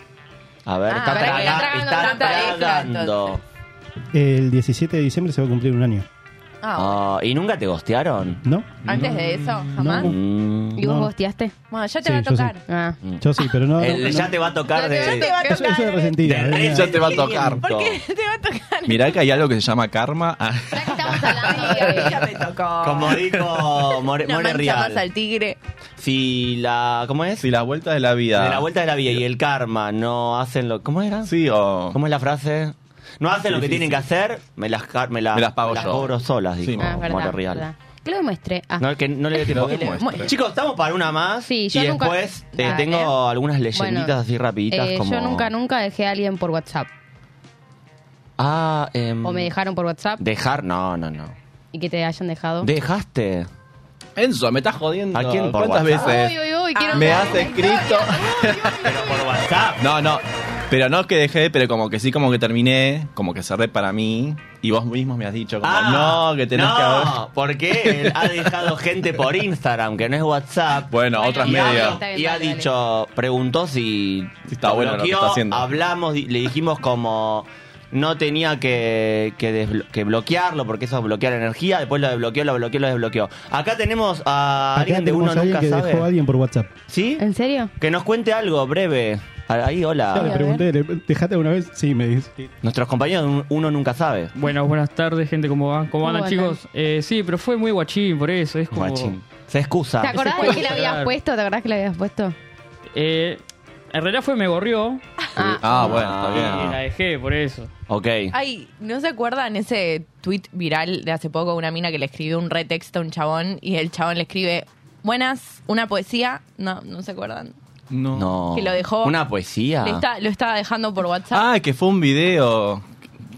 S1: A ver,
S4: Ah,
S1: está,
S4: para que la
S1: traga- está
S4: tragan tanta pareja,
S1: tragando.
S8: El 17 de diciembre se va a cumplir un año,
S4: Ah, bueno.
S1: Ah, ¿Y nunca te gostearon?
S8: ¿no?
S4: Antes de eso, jamás.
S1: Mm.
S2: ¿Y vos
S8: No. Mm.
S2: gosteaste?
S4: Bueno, ya te
S8: Sí,
S4: va a
S8: yo sí.
S4: tocar.
S2: Ah.
S8: Yo sí, pero no. no,
S1: El-
S8: no,
S1: ya te va a tocar de...
S4: va a
S8: Yo, yo soy
S1: de
S8: resentida. ¿eh?
S3: Ya
S2: (laughs)
S3: te va a tocar.
S4: ¿Por qué (laughs) te va a
S1: (laughs)
S4: tocar?
S3: Mirá que hay algo que se llama karma. Ah,
S2: Ya que estamos
S4: (laughs) Ya
S2: hablando
S4: me tocó.
S1: Como dijo More,
S4: Una
S1: More
S4: mancha más al
S1: Rial.
S4: tigre.
S1: Si la... ¿Cómo es?
S3: Si la vuelta de la vida.
S1: De la vuelta de la vida y el karma no hacen lo... ¿Cómo era?
S3: Sí, o.
S1: ¿Cómo es la frase? No hacen lo que tienen que hacer, me las, car- me las,
S3: Me las pago yo.
S1: cobro solas, dijo
S3: Sí,
S2: Ah, es verdad,
S1: More
S2: es
S1: Rial.
S2: verdad. Que lo demuestre. Ah.
S1: No, que no le dio tiempo.
S3: No demuestre.
S1: Chicos, estamos para una más.
S2: Sí, yo
S1: y
S2: nunca-
S1: después eh,
S2: Dale.
S1: tengo algunas leyenditas
S2: Bueno,
S1: así rapiditas
S2: eh,
S1: como...
S2: Yo nunca, nunca dejé a alguien por WhatsApp.
S1: Ah, em,
S2: O me dejaron por WhatsApp
S1: Dejar, no, no, no.
S2: y que te hayan dejado.
S1: ¿Dejaste?
S3: Enzo, me estás jodiendo.
S1: ¿A quién? ¿Por
S3: ¿Cuántas
S1: WhatsApp?
S3: veces?
S2: Uy, uy, uy, quiero
S3: me
S2: saber
S3: has
S2: la
S1: (laughs)
S3: escrito.
S1: Pero por WhatsApp.
S3: No, no. Pero no que dejé, pero como que sí, como que terminé, como que cerré para mí. Y vos mismos me has dicho, como, no, que tenés
S1: Ah, no,
S3: que haber.
S1: porque él ha dejado gente por Instagram, que no es WhatsApp.
S3: Bueno,
S2: Bueno,
S3: otras
S1: y ha-
S3: medias.
S2: Está bien,
S1: y ha
S2: dale, dale.
S1: dicho, preguntó si
S3: Si está bueno lo que está haciendo.
S1: Hablamos, di- le dijimos como no tenía que, que, desblo- que bloquearlo porque eso es bloquear energía. Después lo desbloqueó, lo bloqueó, lo desbloqueó. Acá tenemos a
S8: Acá
S1: alguien de uno
S8: tenemos a alguien
S1: nunca
S8: que
S1: sabe.
S8: dejó a alguien por WhatsApp.
S1: ¿Sí?
S2: ¿En serio?
S1: Que nos cuente algo breve. Ahí,
S8: Ya le
S1: hola.
S8: pregunté, le- ¿dejaste alguna vez? Sí, me dice.
S1: Nuestros compañeros de Un- uno nunca sabe.
S11: Bueno, buenas tardes, gente, ¿cómo va? ¿Cómo
S2: ¿Cómo
S11: andan,
S2: andan?
S11: chicos? Eh, sí, pero fue muy guachín, por eso, es como...
S1: Guachín. Se excusa.
S2: ¿Te acordás de que le habías
S11: Claro.
S2: puesto? ¿Te acordás que le habías puesto?
S11: Eh, en realidad fue me gorrió
S3: Ah, bueno, está bien.
S1: Ah.
S11: y la dejé, por eso.
S1: Ok.
S4: Ay, ¿no se acuerdan ese tweet viral de hace poco? Una mina que le escribió un retexto a un chabón y el chabón le escribe, buenas, una poesía. No, no se acuerdan.
S3: No.
S1: No.
S4: Que lo dejó-
S1: Una poesía.
S4: Le está- lo estaba dejando por WhatsApp.
S3: Ah, que fue un video.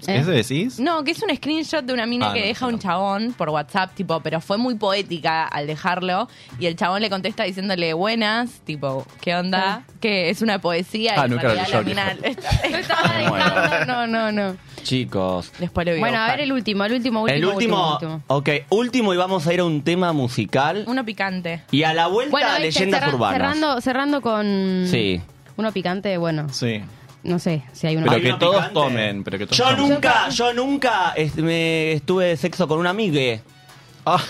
S3: ¿Eso decís?
S4: Eh. No, que es un screenshot de una mina
S3: Ah,
S4: que
S3: no,
S4: deja
S3: no.
S4: un chabón por WhatsApp, tipo, pero fue muy poética al dejarlo. Y el chabón le contesta diciéndole buenas, tipo, ¿qué
S2: Ah.
S4: onda? Que es una poesía.
S3: Ah,
S4: y en
S3: nunca lo
S4: realidad
S3: leyó,
S4: la mina (laughs)
S3: dijo.
S4: le está dejando.
S2: Estaba
S1: Me muero.
S2: dejando- No, no, no.
S1: Chicos.
S4: Después lo voy
S2: Bueno, a
S4: buscar.
S2: ver el último, el último, último.
S1: el último,
S2: último.
S1: Ok, último y vamos a ir a un tema musical.
S4: Uno picante.
S1: Y a la vuelta
S2: Bueno,
S1: a
S2: este,
S1: leyendas
S2: cerra-
S1: urbanas.
S2: Cerrando, cerrando con
S1: Sí.
S2: uno picante, bueno,
S3: Sí.
S2: no sé si hay uno
S3: Pero
S1: Hay
S3: que
S1: una
S3: todos
S1: picante.
S3: tomen, pero que todos
S1: Yo
S3: tomen.
S1: nunca, yo nunca es- me estuve de sexo con una amiga. Ah.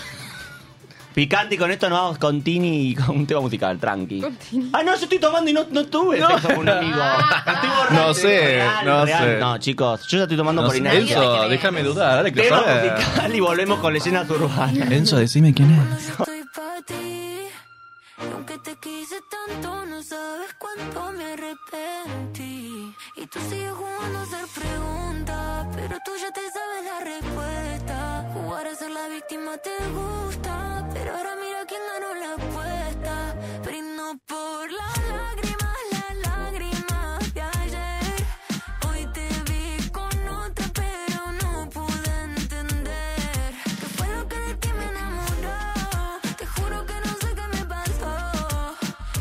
S1: Picante y con esto nos vamos con Tini y con un tema musical, tranqui. Ah, no, yo estoy tomando y no, no tuve sexo con un amigo. Estoy borracho.
S3: No sé, no sé.
S1: No, chicos, yo ya estoy tomando
S3: No
S1: por
S3: sé,
S1: inercia.
S3: Enzo, déjame dudar, dale que
S1: Tema
S3: sabe.
S1: musical y volvemos con leyendas urbanas.
S3: Enzo, decime quién es.
S12: Yo estoy pa' ti. Aunque te quise tanto, no sabes cuánto me arrepentí. Y tú sigues jugando a hacer preguntas, pero tú ya te sabes la respuesta. como te gusta. Pero ahora mira quién ganó la apuesta. Brindo por las lágrimas, las lágrimas de ayer. Hoy te vi con otra, pero no pude entender. Que fue lo que de ti me enamoró. Te juro que no sé qué me pasó.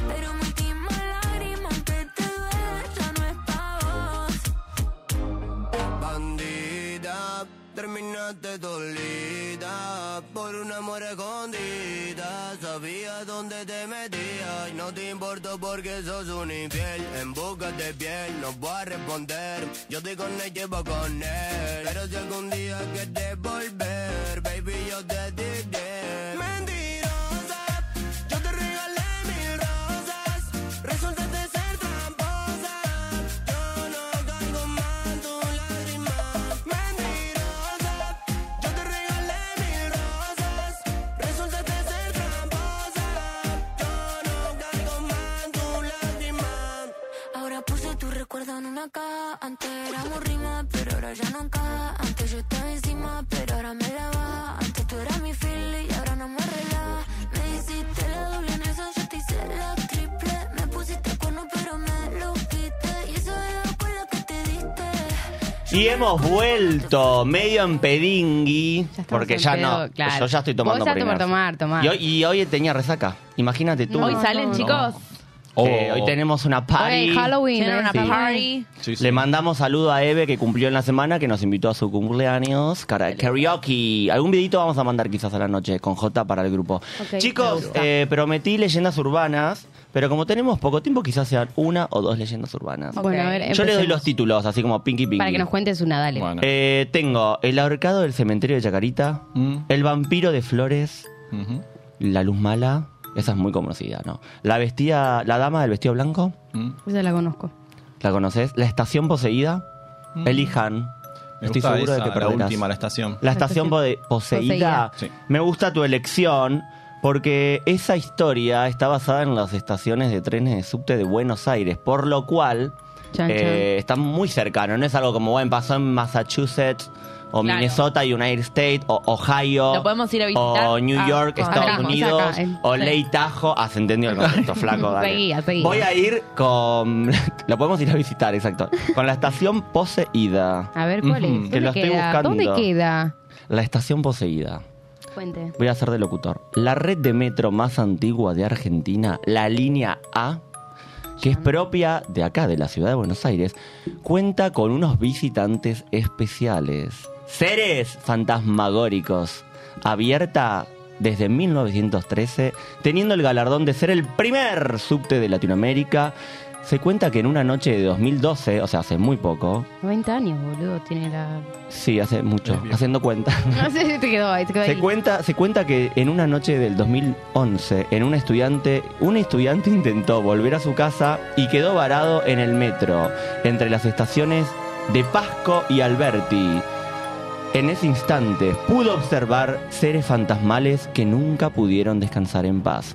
S12: Pero mi última lágrima, aunque te duela, ya no es pa' vos.
S13: Bandida, terminaste dolida por un amor escondida. Sabía dónde te metías y no te importó porque sos un infiel. En busca de piel, no voy a responder. Yo estoy con él, llevo con él. Pero si algún día quieres volver, baby, yo te diré. Mentirosa, yo te regalé mil rosas. Resultaste ser tramposa. Yo no caigo más en tu lágrima. Mentirosa, yo te regalé mil rosas. Resultaste ser tramposa. Yo no caigo más en tu lágrima.
S12: Ahora puse tu recuerdo en una caja. Antes éramos rimas, pero ahora ya no encaja. Antes yo estaba encima, pero ahora me la baja. Antes tú eras mi fili y ahora no me relaja. Me hiciste la doble en eso, yo te hice la triple. Me pusiste cuerno, pero me lo quité. Y eso es con la que te diste.
S1: Y hemos vuelto medio en pedingui, porque
S2: en
S1: ya
S2: pedo,
S1: no,
S2: claro.
S1: yo ya estoy tomando
S2: Vos ya
S1: primero.
S2: por tomar, tomar.
S1: Y hoy, y hoy tenía resaca, imagínate tú.
S2: No, Hoy salen, no, chicos. Oh.
S1: Eh, hoy tenemos una party.
S2: Hoy es Halloween,
S4: Tienen
S2: ¿eh?
S4: una
S2: Sí.
S4: party.
S1: Le mandamos saludo a Eve, que cumplió en la semana, que nos invitó a su cumpleaños, cara, karaoke. Algún videito vamos a mandar quizás a la noche con J para el grupo.
S2: Ok, me
S1: Chicos,
S2: gusta.
S1: eh, prometí leyendas urbanas, pero como tenemos poco tiempo, quizás sean una o dos leyendas urbanas.
S2: Bueno, a ver,
S1: Yo
S2: Em,
S1: le doy
S2: empecemos.
S1: los títulos, así como Pinky Pinky.
S2: Para que nos cuentes una, dale.
S1: Eh, tengo El ahorcado del cementerio de Chacarita,
S3: Mm,
S1: El vampiro de flores, La luz mala, esa es muy conocida, ¿no? La vestida, la dama del vestido blanco,
S3: mm.
S2: Esa la conozco.
S1: ¿la conoces? La estación poseída,
S2: Mm.
S1: Elijan.
S3: Me
S1: Estoy
S3: gusta esa,
S1: seguro de que
S3: la
S1: perderás.
S3: última, la estación.
S1: La estación
S4: (laughs)
S1: pode- poseída.
S3: Poseída. Sí.
S1: Me gusta tu elección porque esa historia está basada en las estaciones de trenes de subte de Buenos Aires, por lo cual
S2: Chan,
S1: eh,
S2: chan.
S1: está muy cercano. No es algo como, bueno, pasó en Massachusetts o
S4: Claro.
S1: Minnesota, United States o Ohio.
S4: Lo podemos ir a visitar.
S1: O New
S4: Ah,
S1: York,
S4: acá
S1: Estados
S4: mismo,
S1: Unidos,
S4: acá, en-
S1: o
S4: sí.
S1: Ley Tajo. Has entendido
S4: (laughs)
S1: el concepto, flaco. dale.
S2: Seguía, seguía.
S1: Voy a ir con... (laughs) Lo podemos ir a visitar, exacto. Con la estación poseída.
S2: A ver, ¿cuál es?
S1: Ujú,
S2: ¿Dónde
S1: Que lo estoy
S2: queda?
S1: buscando.
S2: ¿Dónde queda?
S1: La estación poseída.
S2: Cuente.
S1: Voy a hacer de locutor. La red de metro más antigua de Argentina, la línea A, que es propia de acá, de la ciudad de Buenos Aires, cuenta con unos visitantes especiales. Seres fantasmagóricos. Abierta desde 1913, teniendo el galardón de ser el primer subte de Latinoamérica. Se cuenta que en una noche de 2012, o sea, hace muy poco,
S2: 90 años, boludo, tiene
S1: (laughs)
S2: la...
S1: sí, hace mucho, haciendo cuenta.
S2: No sé si te quedó ahí, te quedó
S1: Se
S2: ahí.
S1: cuenta, se cuenta que en una noche del 2011, en un estudiante, un estudiante intentó volver a su casa y quedó varado en el metro, entre las estaciones de Pasco y Alberti. En ese instante pudo observar seres fantasmales que nunca pudieron descansar en paz.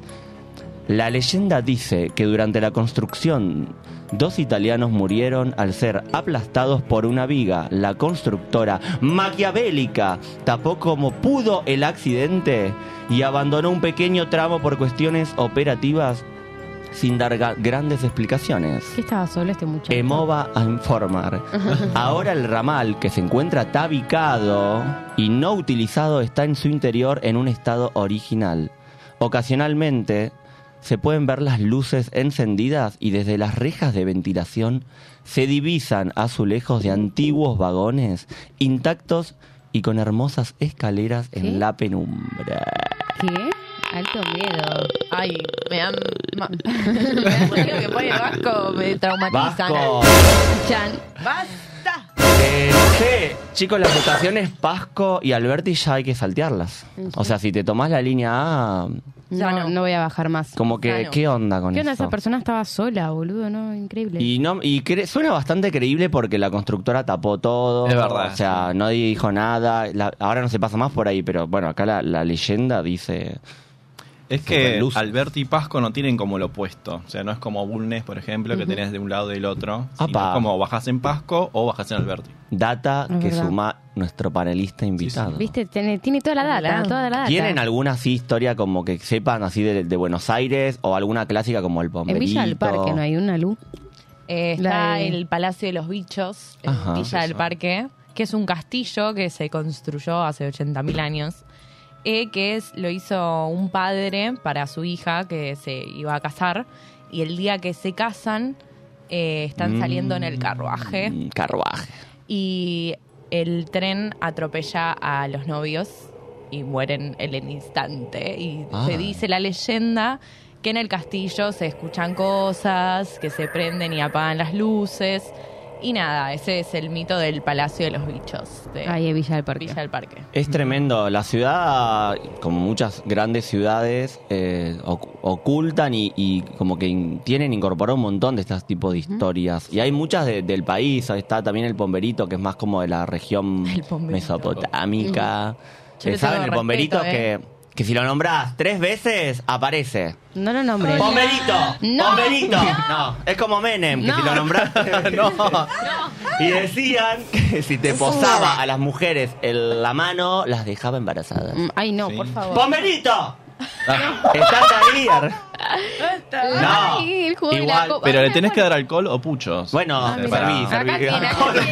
S1: La leyenda dice que durante la construcción dos italianos murieron al ser aplastados por una viga. La constructora maquiavélica tapó como pudo el accidente y abandonó un pequeño tramo por cuestiones operativas sin dar ga- grandes explicaciones.
S2: ¿Qué estaba solo este muchacho?
S1: Emova a informar. Ahora el ramal que se encuentra tabicado y no utilizado está en su interior en un estado original. Ocasionalmente se pueden ver las luces encendidas y desde las rejas de ventilación se divisan azulejos de antiguos vagones intactos y con hermosas escaleras en la penumbra.
S2: ¿Qué? Alto miedo.
S4: Ay, me dan. ma- (laughs) me dan miedo que pone el vasco, me traumatizan.
S1: Vasco.
S4: Chan. Vas-
S1: Eh, no sé, chicos, las estaciones Pasco y Alberti ya hay que saltearlas.
S2: Mm,
S1: O sea, si te tomás la línea A,
S2: No, no. voy a bajar más.
S1: como que, ¿qué onda con
S2: ¿Qué
S1: eso?
S2: onda? Esa persona estaba sola, boludo, ¿no? Increíble.
S1: Y, no, y cre- suena bastante creíble porque la constructora tapó todo.
S3: Es verdad,
S1: O sea, no dijo nada. La- ahora no se pasa más por ahí, pero bueno, acá la, la leyenda dice.
S3: Es que
S1: Eh, Superluces.
S3: Alberti y Pasco no tienen como lo opuesto. O sea, no es como Bulnes, por ejemplo, que
S1: Ujú.
S3: tenés de un lado y del otro.
S1: Apa.
S3: sino como bajás en Pasco o bajás en Alberti.
S1: Data
S2: Es
S1: que
S2: verdad.
S1: suma nuestro panelista invitado.
S2: Viste, tiene, tiene toda la data, toda la data.
S1: ¿Tienen alguna así historia como que sepan así de, de Buenos Aires o alguna clásica como el
S2: En
S1: Pomberito?
S2: Villa del Parque no hay una luz.
S4: Eh,
S2: La
S4: está
S2: de-
S4: el Palacio de los Bichos, en
S1: Ajá.
S4: Villa del
S1: Eso.
S4: Parque, que es un castillo que se construyó hace 80.000 años, eh, que es, lo hizo un padre para su hija que se iba a casar, y el día que se casan eh, están saliendo en el carruaje
S1: Mm, Carruaje.
S4: y el tren atropella a los novios y mueren en el instante. Y
S1: Ah.
S4: se dice la leyenda que en el castillo se escuchan cosas, que se prenden y apagan las luces. Y nada, ese es el mito del Palacio de los Bichos. De
S2: Ahí es Villa del Parque.
S4: Villa del Parque.
S2: (laughs)
S1: Es tremendo. La ciudad, como muchas grandes ciudades, eh, oc- ocultan y, y como que in- tienen incorporado un montón de estos tipos de historias. Y hay muchas de- del país. Ahí está también el pomberito, que es más como de
S2: (laughs)
S1: la región mesopotámica.
S2: Yo le
S1: Eh, ¿Saben?
S2: tengo
S1: El
S2: respeto,
S1: pomberito
S2: eh.
S1: que, que si lo nombrás tres veces, aparece.
S2: No lo nombré.
S1: ¡Pomberito!
S2: ¡No!
S1: ¡Pomberito! No, es como Menem, que
S2: No.
S1: si
S2: (laughs)
S1: lo nombraste. no. (laughs) Y decían que si te posaba a las mujeres en la mano, las dejaba embarazadas. Ah,
S2: Mm, Ay, no, por favor.
S1: ¡Pomberito! Estás ahí. ar-
S2: No. Ay, el juego de la
S3: Igual,
S2: copa.
S3: pero le tenés que dar alcohol o puchos.
S1: Bueno,
S2: Ah, mira.
S3: para-
S2: Acá
S1: (laughs)
S2: tiene, acá tiene.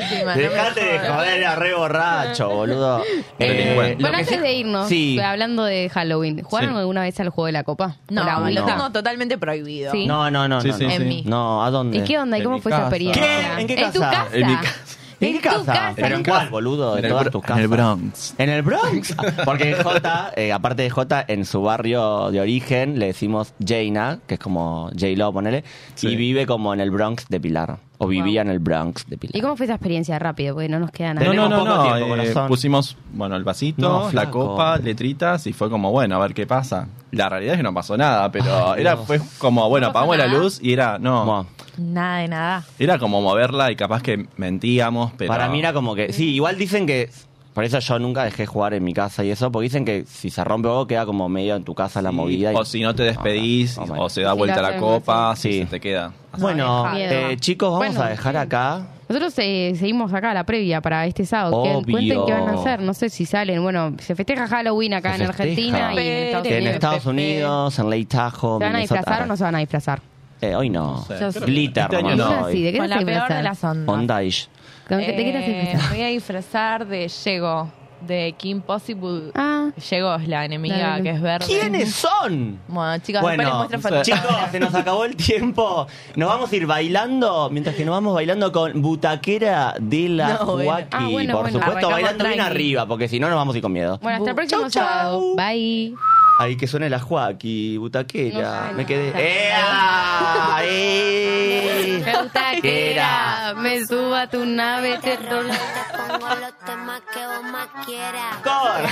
S4: Encima, no me
S1: Dejate de
S4: jodas.
S1: joder, era re borracho, boludo. Eh,
S2: Bueno,
S1: lo que
S2: antes
S1: sí-
S2: de irnos,
S1: Sí.
S2: hablando de Halloween, ¿jugaron
S1: Sí.
S2: alguna vez al juego de la copa?
S4: No,
S2: ¿O la
S4: lo
S1: no.
S4: tengo totalmente prohibido.
S2: Sí.
S1: No, no, no.
S3: Sí,
S1: no,
S3: sí,
S1: no.
S4: En sí. mí.
S1: No, ¿a dónde?
S2: ¿Y qué onda? ¿Y
S3: En
S2: cómo
S3: mi
S2: fue esa
S3: casa.
S2: experiencia?
S1: ¿Qué? ¿En qué
S2: tu
S1: casa?
S2: casa.
S3: En mi casa.
S2: En
S1: ¿En qué
S2: tu
S1: casa?
S2: casa,
S1: ¿Pero en
S2: en
S1: cuál,
S2: tu-
S1: boludo?
S3: En
S1: De
S3: el
S1: todas
S3: Bro-
S1: tus
S3: en
S1: casas.
S3: el Bronx.
S1: En
S3: (laughs)
S1: el Bronx. Porque J, eh, aparte de J, en su barrio de origen le decimos Jaina, que es como J-Lo, ponele, y vive como en el Bronx de Pilar. O vivía en el Bronx de Pilar.
S2: ¿Y cómo fue esa experiencia? Rápido, porque no nos queda nada.
S3: No, no,
S1: Tenemos
S3: no,
S1: poco
S3: no.
S1: tiempo,
S3: eh,
S1: corazón.
S3: pusimos, bueno, el vasito,
S1: No,
S3: la
S1: flaco.
S3: copa, letritas y fue como, bueno, a ver qué pasa. La realidad es que no pasó nada, pero
S1: Ay,
S3: era
S1: Dios.
S3: fue como, bueno,
S4: ¿No pasó
S3: apagamos la
S4: nada?
S3: luz y era, no,
S1: Bueno,
S4: Nada de nada.
S3: era como moverla y capaz que mentíamos, pero...
S1: Para mí era como que. Sí, igual dicen que. Por eso yo nunca dejé jugar en mi casa y eso, porque dicen que si se rompe algo queda como medio en tu casa la movida. y-
S3: O si no te despedís,
S1: No, no, no.
S3: o se da
S2: Sí,
S3: vuelta
S2: lo
S3: la
S2: hacen,
S3: copa,
S1: sí.
S3: sí. se te queda.
S1: Bueno,
S2: Ay,
S1: eh,
S2: miedo.
S1: chicos, vamos
S2: Bueno,
S1: a dejar acá.
S2: Nosotros eh, seguimos acá la previa para este sábado. Que
S1: Obvio.
S2: cuenten qué van a hacer. No sé si salen. Bueno, se festeja Halloween acá
S1: Se
S2: en
S1: festeja.
S2: Argentina y en Estados
S1: En
S2: Unidos.
S1: Estados Unidos, en Lake Tahoe,
S2: ¿Se van a
S1: Minnesota.
S2: disfrazar o no se van a disfrazar?
S1: Eh, hoy no.
S3: sé.
S4: Yo sí.
S1: Glitter
S3: Este año
S1: nomás
S3: no.
S1: hoy.
S2: Sí, ¿de qué
S4: Con
S2: te
S4: la
S2: vas a
S4: peor de
S2: disfrazar?
S4: las ondas.
S1: Ondage.
S2: ¿Con qué- ¿De qué te vas a
S4: Eh,
S2: disfrazar?
S4: Voy a disfrazar de Yego, de Kim Possible.
S2: Ah,
S4: Yego es la enemiga
S2: Dale.
S4: que es verde.
S1: ¿Quiénes son?
S4: Bueno, chicos, después les
S1: Bueno,
S4: muestro fotos.
S1: chicos, se nos acabó el tiempo. Nos vamos a ir bailando, mientras que nos vamos bailando con Butaquera de la
S4: No, bueno.
S1: Joaquín.
S2: Ah, bueno,
S1: Por
S2: bueno.
S1: supuesto,
S4: Arrancamos
S1: bailando bien
S4: tranqui.
S1: arriba, porque si no nos vamos a ir con miedo.
S2: Bueno, hasta el próximo
S1: Chau, chau.
S2: sábado. Bye.
S1: Ahí que suene la Joaquín, Butaquera.
S2: No sé,
S1: Me
S2: no.
S1: quedé. ¡Ea! ¡Eh!
S2: Butaquera, me subo a tu nave, te rolo.
S12: Te pongo los temas que vos más quieras.
S1: Cor.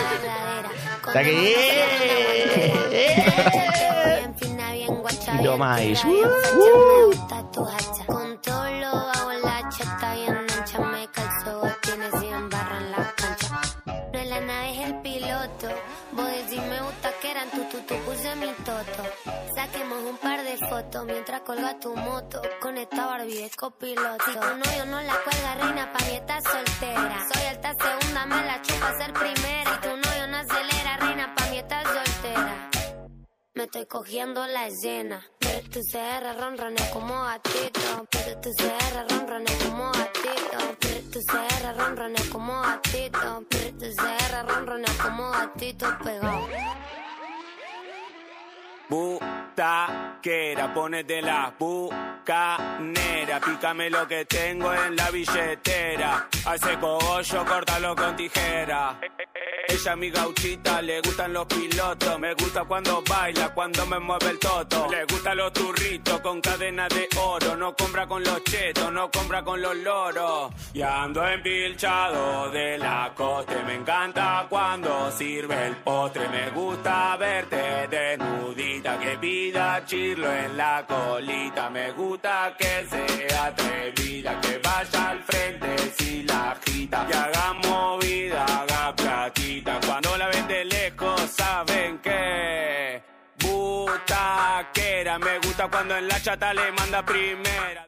S12: Con
S1: La que-
S12: Bien fina, bien guacha,
S1: Y lo
S12: bien
S1: más.
S12: tira,
S1: Uh,
S12: bien facha, me gusta tu hacha. Con todo lo hago en la cheta, bien ancha, me calzo, vos tienes 100 barras en la cancha. No es la nave, es el piloto. Vos decís me gusta que eran tu, tu, tu, puse mi toto. Saquemos un par de fotos mientras colga tu moto. Con esta Barbie de copiloto. Si tu novio no la cuelga, reina, pa' mí estás soltera. Soy alta segunda, me la chupa ser primera. Si tu novio no acelera, reina, pa' mí estás soltera. Me estoy cogiendo la escena. Pero tu CR ronrones como gatito. Pero tu CR ronrones como gatito. Pero tu CR ronrones como gatito. Pero tu CR ronrones como gatito pegado.
S14: Butaquera, ponete la bucanera, pícame lo que tengo en la billetera. Hace cogollo, córtalo con tijera. Ella mi gauchita, le gustan los pilotos, me gusta cuando baila, cuando me mueve el toto. Le gustan los turritos con cadena de oro, no compra con los chetos, no compra con los loros. Y ando empilchado de la coste, me encanta cuando sirve el postre, me gusta verte desnudita, que pida chirlo en la colita, me gusta que sea atrevida, que vaya al frente si la agita, que haga movida, haga plaquita, cuando la ven de lejos, sabe saben que butaquera. Me gusta cuando en la chata le manda primera.